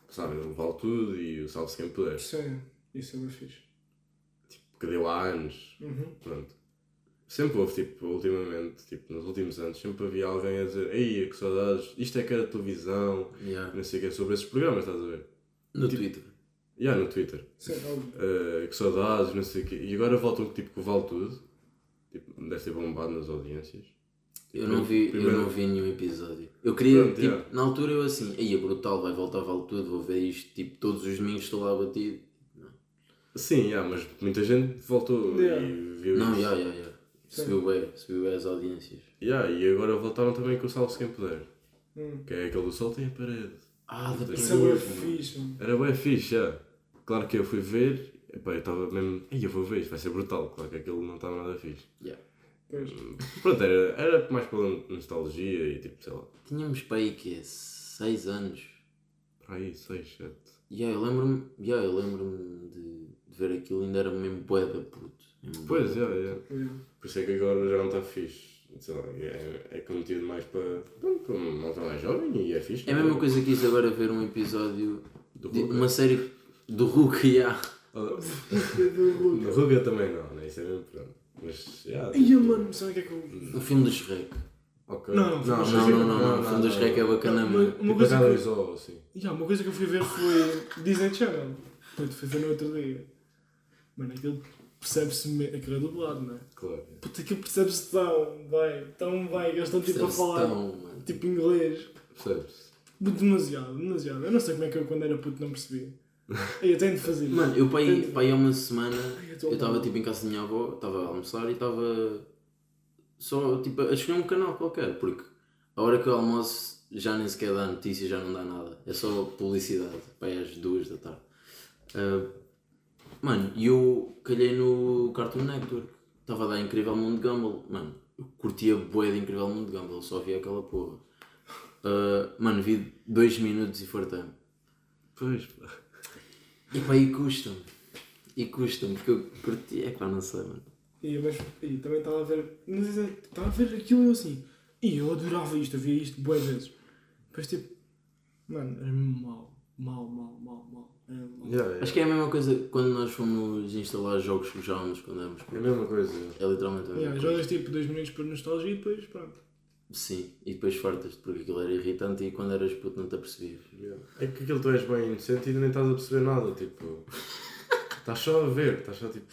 Speaker 2: sabe, ele vale tudo e o salve-se quem puder.
Speaker 1: Isso é, isso é bem fixe.
Speaker 2: Tipo, que deu há anos.
Speaker 1: Uhum.
Speaker 2: Pronto. Sempre houve, tipo, ultimamente, tipo, nos últimos anos, sempre havia alguém a dizer Ei, que saudades, isto é que era televisão,
Speaker 4: Yeah.
Speaker 2: não sei o que é sobre esses programas, estás a ver? Tipo,
Speaker 4: No Twitter.
Speaker 2: E yeah, no Twitter.
Speaker 1: Isso é algo.
Speaker 2: Uh, que saudades, não sei o quê. E agora voltam tipo que vale tudo. Tipo, deve ter bombado nas audiências.
Speaker 4: Eu não, vi, eu
Speaker 2: Primeiro-
Speaker 4: não vi nenhum episódio. Eu queria,
Speaker 2: Pronto,
Speaker 4: tipo,
Speaker 2: yeah.
Speaker 4: na altura eu assim, aí é brutal, vai voltar, vale tudo, vou ver isto, tipo, todos os domingos estou lá batido.
Speaker 2: Sim, yeah, mas muita gente voltou
Speaker 1: Yeah.
Speaker 2: e viu
Speaker 4: Não,
Speaker 2: isso.
Speaker 4: já, já, já. Subiu bem, subiu bem as audiências.
Speaker 2: Yeah, e agora voltaram também com o Salve Quem Puder.
Speaker 1: Hum.
Speaker 2: Que é aquele do Sol tem a parede.
Speaker 4: Ah, da
Speaker 1: Isso é bem
Speaker 2: Ui,
Speaker 1: fixe, mano.
Speaker 2: Era bem fixe, yeah. Claro que eu fui ver. Epá, eu estava mesmo. Ei, eu vou ver, isto vai ser brutal. Claro que aquilo não estava nada fixe.
Speaker 1: Pois. é.
Speaker 2: Pronto, era, era mais pela nostalgia e tipo, sei lá.
Speaker 4: Tínhamos para aí que é 6 anos.
Speaker 2: Para aí, 6, 7.
Speaker 4: E yeah, eu lembro-me, yeah, eu lembro-me de, de ver aquilo, ainda era mesmo boeda puto. Mesmo bué
Speaker 2: Pois, é.
Speaker 4: da
Speaker 2: yeah, yeah.
Speaker 1: Yeah.
Speaker 2: Por isso é que agora já não está fixe. Sei lá, é, é conteúdo mais para. Pronto, para uma malta mais jovem e é fixe.
Speaker 4: É a mesma coisa que isso agora ver um episódio
Speaker 2: Do
Speaker 4: de
Speaker 2: Ruga.
Speaker 4: uma série do Hulk, yeah.
Speaker 2: No Ruga também não, né? Isso é mesmo pronto. Mas. já,
Speaker 1: E eu,
Speaker 2: tipo,
Speaker 1: mano, sabe o que é que eu.
Speaker 4: um filme do Shrek.
Speaker 2: Ok.
Speaker 1: Não, não,
Speaker 4: Não,
Speaker 1: Mas
Speaker 4: não,
Speaker 1: assim,
Speaker 4: não, não, não. Fundo dos Rec é bacana,
Speaker 1: Uma-
Speaker 4: mano.
Speaker 1: Uma
Speaker 2: Tipo
Speaker 1: coisa
Speaker 2: a
Speaker 1: que-
Speaker 2: cada isola, assim.
Speaker 1: Ya, uma coisa que eu fui ver foi Disney Channel. Puto, fui ver no outro dia. Mano, aquilo percebe-se. Me... Aquilo é dublado, não é?
Speaker 2: Claro.
Speaker 1: Puta, aquilo percebe-se tão bem, tão bem. Eles estão tipo a
Speaker 4: Percebe-se
Speaker 1: falar
Speaker 4: tão, mano.
Speaker 1: tipo inglês.
Speaker 2: Percebes?
Speaker 1: Muito Demasiado, demasiado. Eu não sei como é que eu quando era puto não percebia. Eu tenho de fazer. é?
Speaker 4: Mano, eu pai,
Speaker 1: Tenho-
Speaker 4: pai há uma semana,
Speaker 1: Ai, eu tô
Speaker 4: eu estava
Speaker 1: mal.
Speaker 4: tipo em casa da minha avó, estava a almoçar e estava só tipo a escolher um canal qualquer, porque a hora que eu almoço já nem sequer dá notícia, já não dá nada, é só publicidade, pai às duas da tarde. Ah, mano, e eu calhei no Cartoon Network, estava a dar Incrível Mundo de Gumball, mano, eu curtia bué de Incrível Mundo de Gumball, só via aquela porra. Ah, mano, vi dois minutos e fartei-me.
Speaker 2: Pois, pá.
Speaker 4: E pá, e custa-me. E custa-me, porque eu curti. É pá, não sei, mano.
Speaker 1: E, mas e, também estava a ver. Mas é, estava a ver aquilo e eu assim. E eu adorava isto, eu via isto boas vezes. Depois tipo. Mano, era mesmo mau. Mal, mal, mal, mal. Era mau.
Speaker 2: Já, é.
Speaker 4: Acho que é a mesma coisa quando nós fomos instalar jogos que jogávamos quando éramos
Speaker 2: é a
Speaker 4: putos.
Speaker 2: mesma coisa.
Speaker 4: É literalmente a mesma
Speaker 1: Yeah,
Speaker 4: coisa.
Speaker 1: jogas tipo 2 minutos por nostalgia e depois pronto.
Speaker 4: Sim, e depois fartas-te porque aquilo era irritante e quando eras puto não te apercebias.
Speaker 2: Yeah. É que aquilo tu és bem inocente e ainda nem estás a perceber nada, tipo. Estás só a ver, estás só tipo.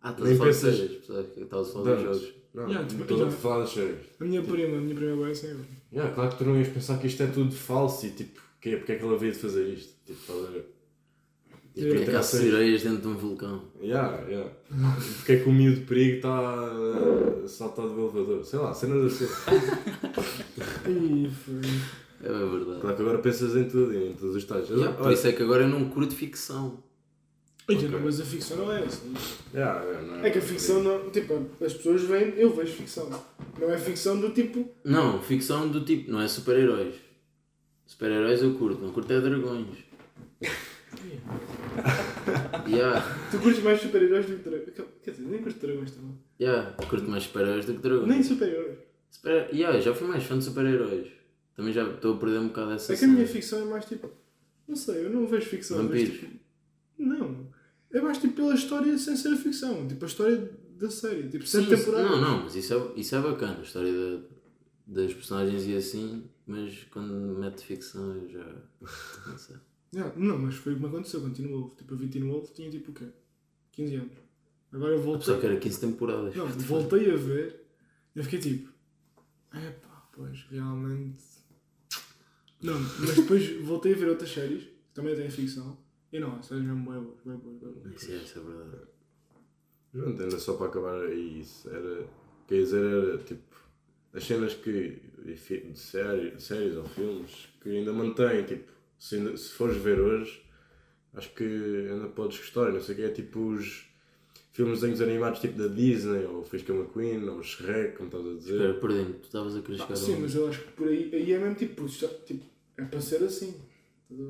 Speaker 4: Ah, estás
Speaker 2: Nem
Speaker 4: a falar de
Speaker 2: pensas-
Speaker 4: séries, percebes? Que Estavas a falar de jogos.
Speaker 2: Danos. Não,
Speaker 1: Yeah, tipo,
Speaker 2: estou a
Speaker 1: yeah.
Speaker 2: falar das séries.
Speaker 1: A minha prima, a minha prima agora é assim agora.
Speaker 2: Yeah, claro que tu não ias pensar que isto é tudo falso e tipo, que, porque é que ela veio de fazer isto? Tipo, estás a ver?
Speaker 4: E
Speaker 1: Yeah.
Speaker 4: porque é que há
Speaker 2: Sim.
Speaker 4: sereias dentro de um vulcão?
Speaker 2: Yeah, yeah. Porque é que o miúdo de perigo está a saltar do elevador? Sei lá, cenas assim.
Speaker 1: Ih, foi.
Speaker 4: É bem verdade.
Speaker 2: Claro que agora pensas em tudo e em todos os estágios.
Speaker 4: Yeah, por
Speaker 2: Olha,
Speaker 4: isso é que agora eu não curto ficção.
Speaker 1: Ai, não, tipo, mas a ficção não é assim.
Speaker 2: yeah, yeah, não
Speaker 1: É que a ficção não. Tipo, as pessoas veem. Eu vejo ficção. Não é ficção do tipo.
Speaker 4: Não, ficção do tipo, não é super-heróis. Super-heróis eu curto, não curto é dragões. yeah,
Speaker 1: Tu curtes mais super-heróis do que dragões. Quer dizer, nem curto dragões também.
Speaker 4: yeah, curto mais super-heróis do que dragões.
Speaker 1: Nem super-heróis.
Speaker 4: Super- yeah, já fui mais fã de super-heróis. Também já estou a perder um bocado essa
Speaker 1: É que a minha ficção é mais tipo. Não sei, eu não vejo ficção. mas,
Speaker 4: Vampiros.
Speaker 1: tipo, não. É mais tipo pela história sem ser a ficção. Tipo a história da série. Tipo,
Speaker 4: Sim,
Speaker 1: sete
Speaker 4: isso-
Speaker 1: temporadas.
Speaker 4: Não, não, mas isso é, isso é bacana, a história da- das personagens e assim, mas quando mete ficção eu já. Não sei.
Speaker 1: Yeah, não, mas foi o que me aconteceu com Teen Wolf. Tipo, eu vi Teen Wolf, tinha tipo o quê? 15 anos. Agora eu voltei.
Speaker 4: Só que era 15 temporadas.
Speaker 1: Não, voltei a ver e eu fiquei tipo. Epá, pois realmente. Não, mas depois voltei a ver outras séries, que também têm ficção, e não, essas mesmo bem boas, bem boas, bem boas.
Speaker 4: Isso é, isso é verdade.
Speaker 2: Não, não era só para acabar aí isso. Era, quer dizer, era tipo as cenas que e fi- de série, séries ou filmes que ainda mantém, tipo, se, ainda- se fores ver hoje, acho que ainda podes gostar, não sei o que é tipo os filmes de desenhos animados tipo da Disney, ou Fisca McQueen, ou Shrek, como estás a dizer.
Speaker 4: Espera, perdendo, tu estavas a querer chegar
Speaker 1: Ah,
Speaker 4: a
Speaker 1: sim,
Speaker 4: um-
Speaker 1: mas eu acho que por aí, aí é mesmo tipo, putz, está- tipo, é para ser assim.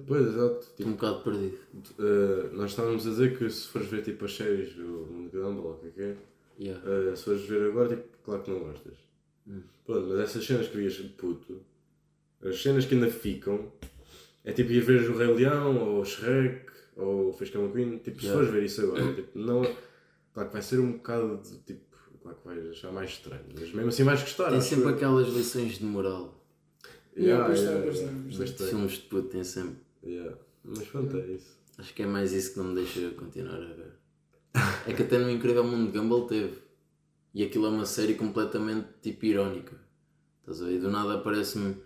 Speaker 2: Pois exato.
Speaker 4: Estou
Speaker 2: Tipo,
Speaker 4: um bocado perdido.
Speaker 2: eh, nós estávamos a dizer que se fores ver tipo as séries do Mundo de Gumball, ou o que é que é?
Speaker 4: Yeah.
Speaker 2: Uh, se fores ver agora, tipo, claro que não gostas.
Speaker 4: Hum.
Speaker 2: Pronto, mas essas cenas que vias de puto, as cenas que ainda ficam, é tipo ir ver o Rei Leão, ou o Shrek, ou o Fiscal McQueen, tipo, se
Speaker 4: Yeah.
Speaker 2: fores ver isso agora, tipo, não... Claro que vai ser um bocado de, tipo, claro que vais achar mais estranho, mas mesmo assim vais gostar.
Speaker 4: Tem
Speaker 2: acho
Speaker 4: sempre
Speaker 2: eu.
Speaker 4: aquelas lições de moral.
Speaker 1: Yeah,
Speaker 2: Yeah,
Speaker 1: pois
Speaker 2: yeah,
Speaker 1: tem, pois
Speaker 2: yeah,
Speaker 1: tem, pois
Speaker 2: mas
Speaker 4: Estes
Speaker 2: tem.
Speaker 4: filmes de puto têm sempre.
Speaker 2: Yeah. Mas pronto, é isso.
Speaker 4: Acho que é mais isso que não me deixa continuar a ver. É que até no Incrível Mundo de Gumball teve. E aquilo é uma série completamente tipo irónica. Estás a ver? E do nada aparece-me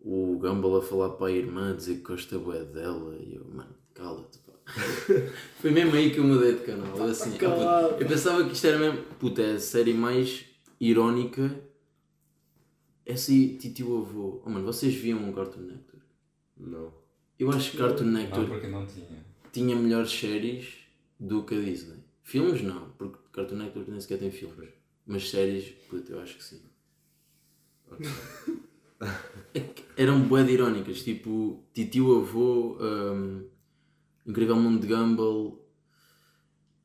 Speaker 4: o Gumball a falar para a irmã, a dizer que gosta bué dela. E eu, mano, cala-te, pá. Foi mesmo aí que eu mudei de canal. Eu, assim,
Speaker 1: Calado.
Speaker 4: ah, puto, eu pensava que isto era mesmo. Puta, é a série mais irónica. Essa e Titio Avô. Oh, mano, vocês viam um Cartoon Network?
Speaker 2: Não.
Speaker 4: Eu acho que Cartoon
Speaker 3: Não,
Speaker 4: Network
Speaker 3: Ah, porque não tinha.
Speaker 4: tinha melhores séries do que a Disney. Filmes não, porque Cartoon Network nem sequer tem filmes. Mas séries, puto, eu acho que sim. É que Eram bué de irónicas, tipo Titio Avô, hum, Incrível Mundo de Gumball,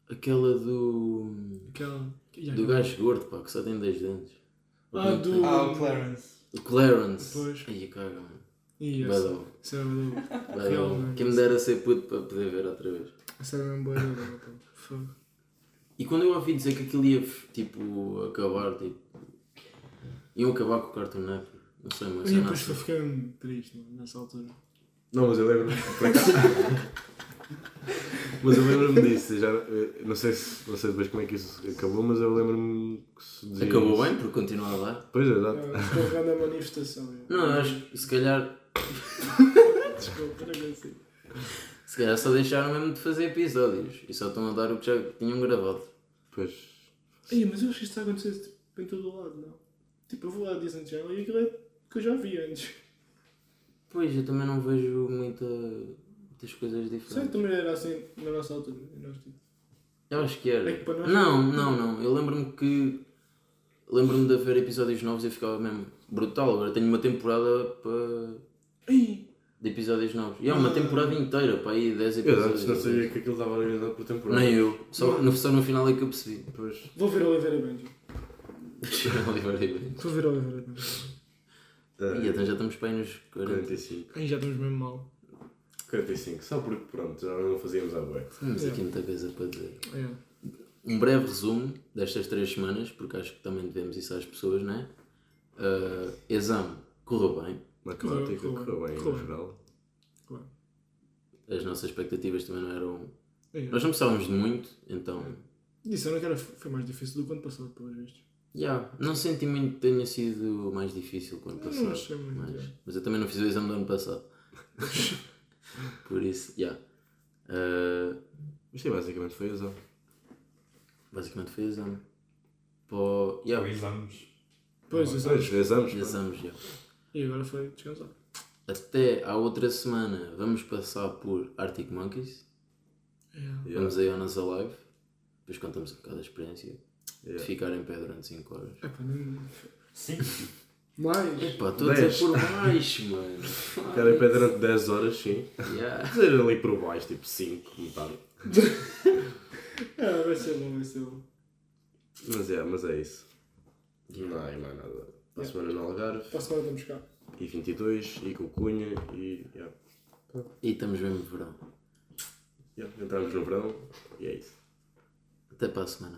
Speaker 4: aquela do.
Speaker 1: Aquela. Yeah,
Speaker 4: do
Speaker 1: aquela-
Speaker 4: gajo gordo, pá, que só tem 10 dentes.
Speaker 1: Ah, do.
Speaker 5: Ah, o Clarence.
Speaker 4: O Clarence.
Speaker 1: Pois.
Speaker 4: Ai, caga, mano.
Speaker 1: Ih,
Speaker 4: Bué
Speaker 1: essa-
Speaker 4: da bom,
Speaker 1: essa era bué da boa.
Speaker 4: bué da bom.
Speaker 1: Realmente.
Speaker 4: Quem me dera ser puto para poder ver outra vez.
Speaker 1: Essa era mesmo boa da boa, pá. Fogo.
Speaker 4: E quando eu ouvi dizer que aquilo ia, tipo, acabar, tipo, Iam acabar com o Cartoon Network. Não sei, mas
Speaker 1: E
Speaker 4: cena
Speaker 1: depois
Speaker 4: assim.
Speaker 1: eu fiquei mesmo triste mano, nessa altura.
Speaker 2: Não, mas eu lembro-me. por acaso- mas eu lembro-me disso. eu Já, eu não, sei se, não sei depois como é que isso acabou, mas eu lembro-me que se dizia.
Speaker 4: Acabou
Speaker 2: isso.
Speaker 4: bem por continuar lá.
Speaker 2: Pois é, exato.
Speaker 1: Descarregando a manifestação. é. eu.
Speaker 4: Não, eu acho que se calhar,
Speaker 1: Desculpa, não consigo.
Speaker 4: se calhar só deixaram mesmo de fazer episódios e só estão a dar o que já tinham gravado.
Speaker 2: Pois.
Speaker 1: Ei, mas eu acho que isto está a acontecer tipo, em todo o lado, não? Tipo, eu vou lá a Disney Channel e aquilo é que eu já vi antes.
Speaker 4: Pois, eu também não vejo muita, muitas coisas
Speaker 1: Será que
Speaker 4: diferentes.
Speaker 1: também era assim na nossa altura? E nós, tipo,
Speaker 4: Eu acho que era.
Speaker 1: É que para nós-
Speaker 4: Não, não, não. Eu lembro-me que. Lembro-me de haver episódios novos e eu ficava mesmo brutal. Agora tenho uma temporada para.
Speaker 1: Ei,
Speaker 4: de episódios novos. E é
Speaker 1: Ah.
Speaker 4: uma temporada inteira, para aí 10
Speaker 2: Eu
Speaker 4: episódios.
Speaker 2: antes não sabia que aquilo estava organizado por temporada.
Speaker 4: Nem eu. Só no, só no final é que eu percebi.
Speaker 2: Pois.
Speaker 1: vou ver Oliveira Benji.
Speaker 4: e
Speaker 1: Vou ver Oliveira Benji.
Speaker 2: Ah,
Speaker 4: então já estamos para aí nos 40.
Speaker 2: 45.
Speaker 1: Ei, já estamos mesmo mal.
Speaker 2: 45. Só porque, pronto, já não fazíamos a boia.
Speaker 4: Temos aqui muita coisa para dizer.
Speaker 1: É.
Speaker 4: Um breve resumo destas três semanas, porque acho que também devemos isso às pessoas, não é? Ah, exame correu bem.
Speaker 2: Matemática
Speaker 1: Correu,
Speaker 2: correu bem
Speaker 1: correu.
Speaker 2: em geral.
Speaker 4: As nossas expectativas também não eram.
Speaker 1: É.
Speaker 4: Nós não precisávamos de muito, então.
Speaker 1: Disseram que era, foi mais difícil do que o ano passado, pelos vistos.
Speaker 4: Yeah, não senti muito que tenha sido mais difícil quando
Speaker 1: Eu
Speaker 4: passou.
Speaker 1: não achei muito,
Speaker 4: Mas,
Speaker 1: yeah.
Speaker 4: mas eu também não fiz o exame do ano passado. Por isso, já. Ah,
Speaker 2: Mas sim, basicamente foi exato.
Speaker 4: basicamente foi o exame. Pô, yeah,
Speaker 5: Ou exames.
Speaker 1: Pois, exato.
Speaker 2: Pois, exames. pronto.
Speaker 4: exames, yeah.
Speaker 1: E agora foi descansar.
Speaker 4: Até à outra semana vamos passar por Arctic Monkeys.
Speaker 1: É.
Speaker 2: Yeah.
Speaker 4: Vamos aí ao nossa live. Depois contamos um bocado a experiência de
Speaker 2: Yeah.
Speaker 4: ficar em pé durante 5 horas.
Speaker 1: Epá, É não...
Speaker 5: Sim.
Speaker 1: Mais.
Speaker 4: Pá, estou a dizer
Speaker 2: Dez.
Speaker 4: é por baixo, mano.
Speaker 2: Ficar em pé durante 10 horas, sim.
Speaker 4: Yeah.
Speaker 2: Fazer ali por baixo, tipo 5, metade.
Speaker 1: É, vai ser bom, vai ser bom.
Speaker 2: Mas é, mas é isso. Não há mais nada. Para a semana no Algarve.
Speaker 1: Para a semana estamos cá.
Speaker 2: E 22, e com o Cunha, e. Yeah.
Speaker 4: E estamos mesmo de verão.
Speaker 2: Yeah. Entramos no verão, e é isso.
Speaker 4: tá? Até para a semana,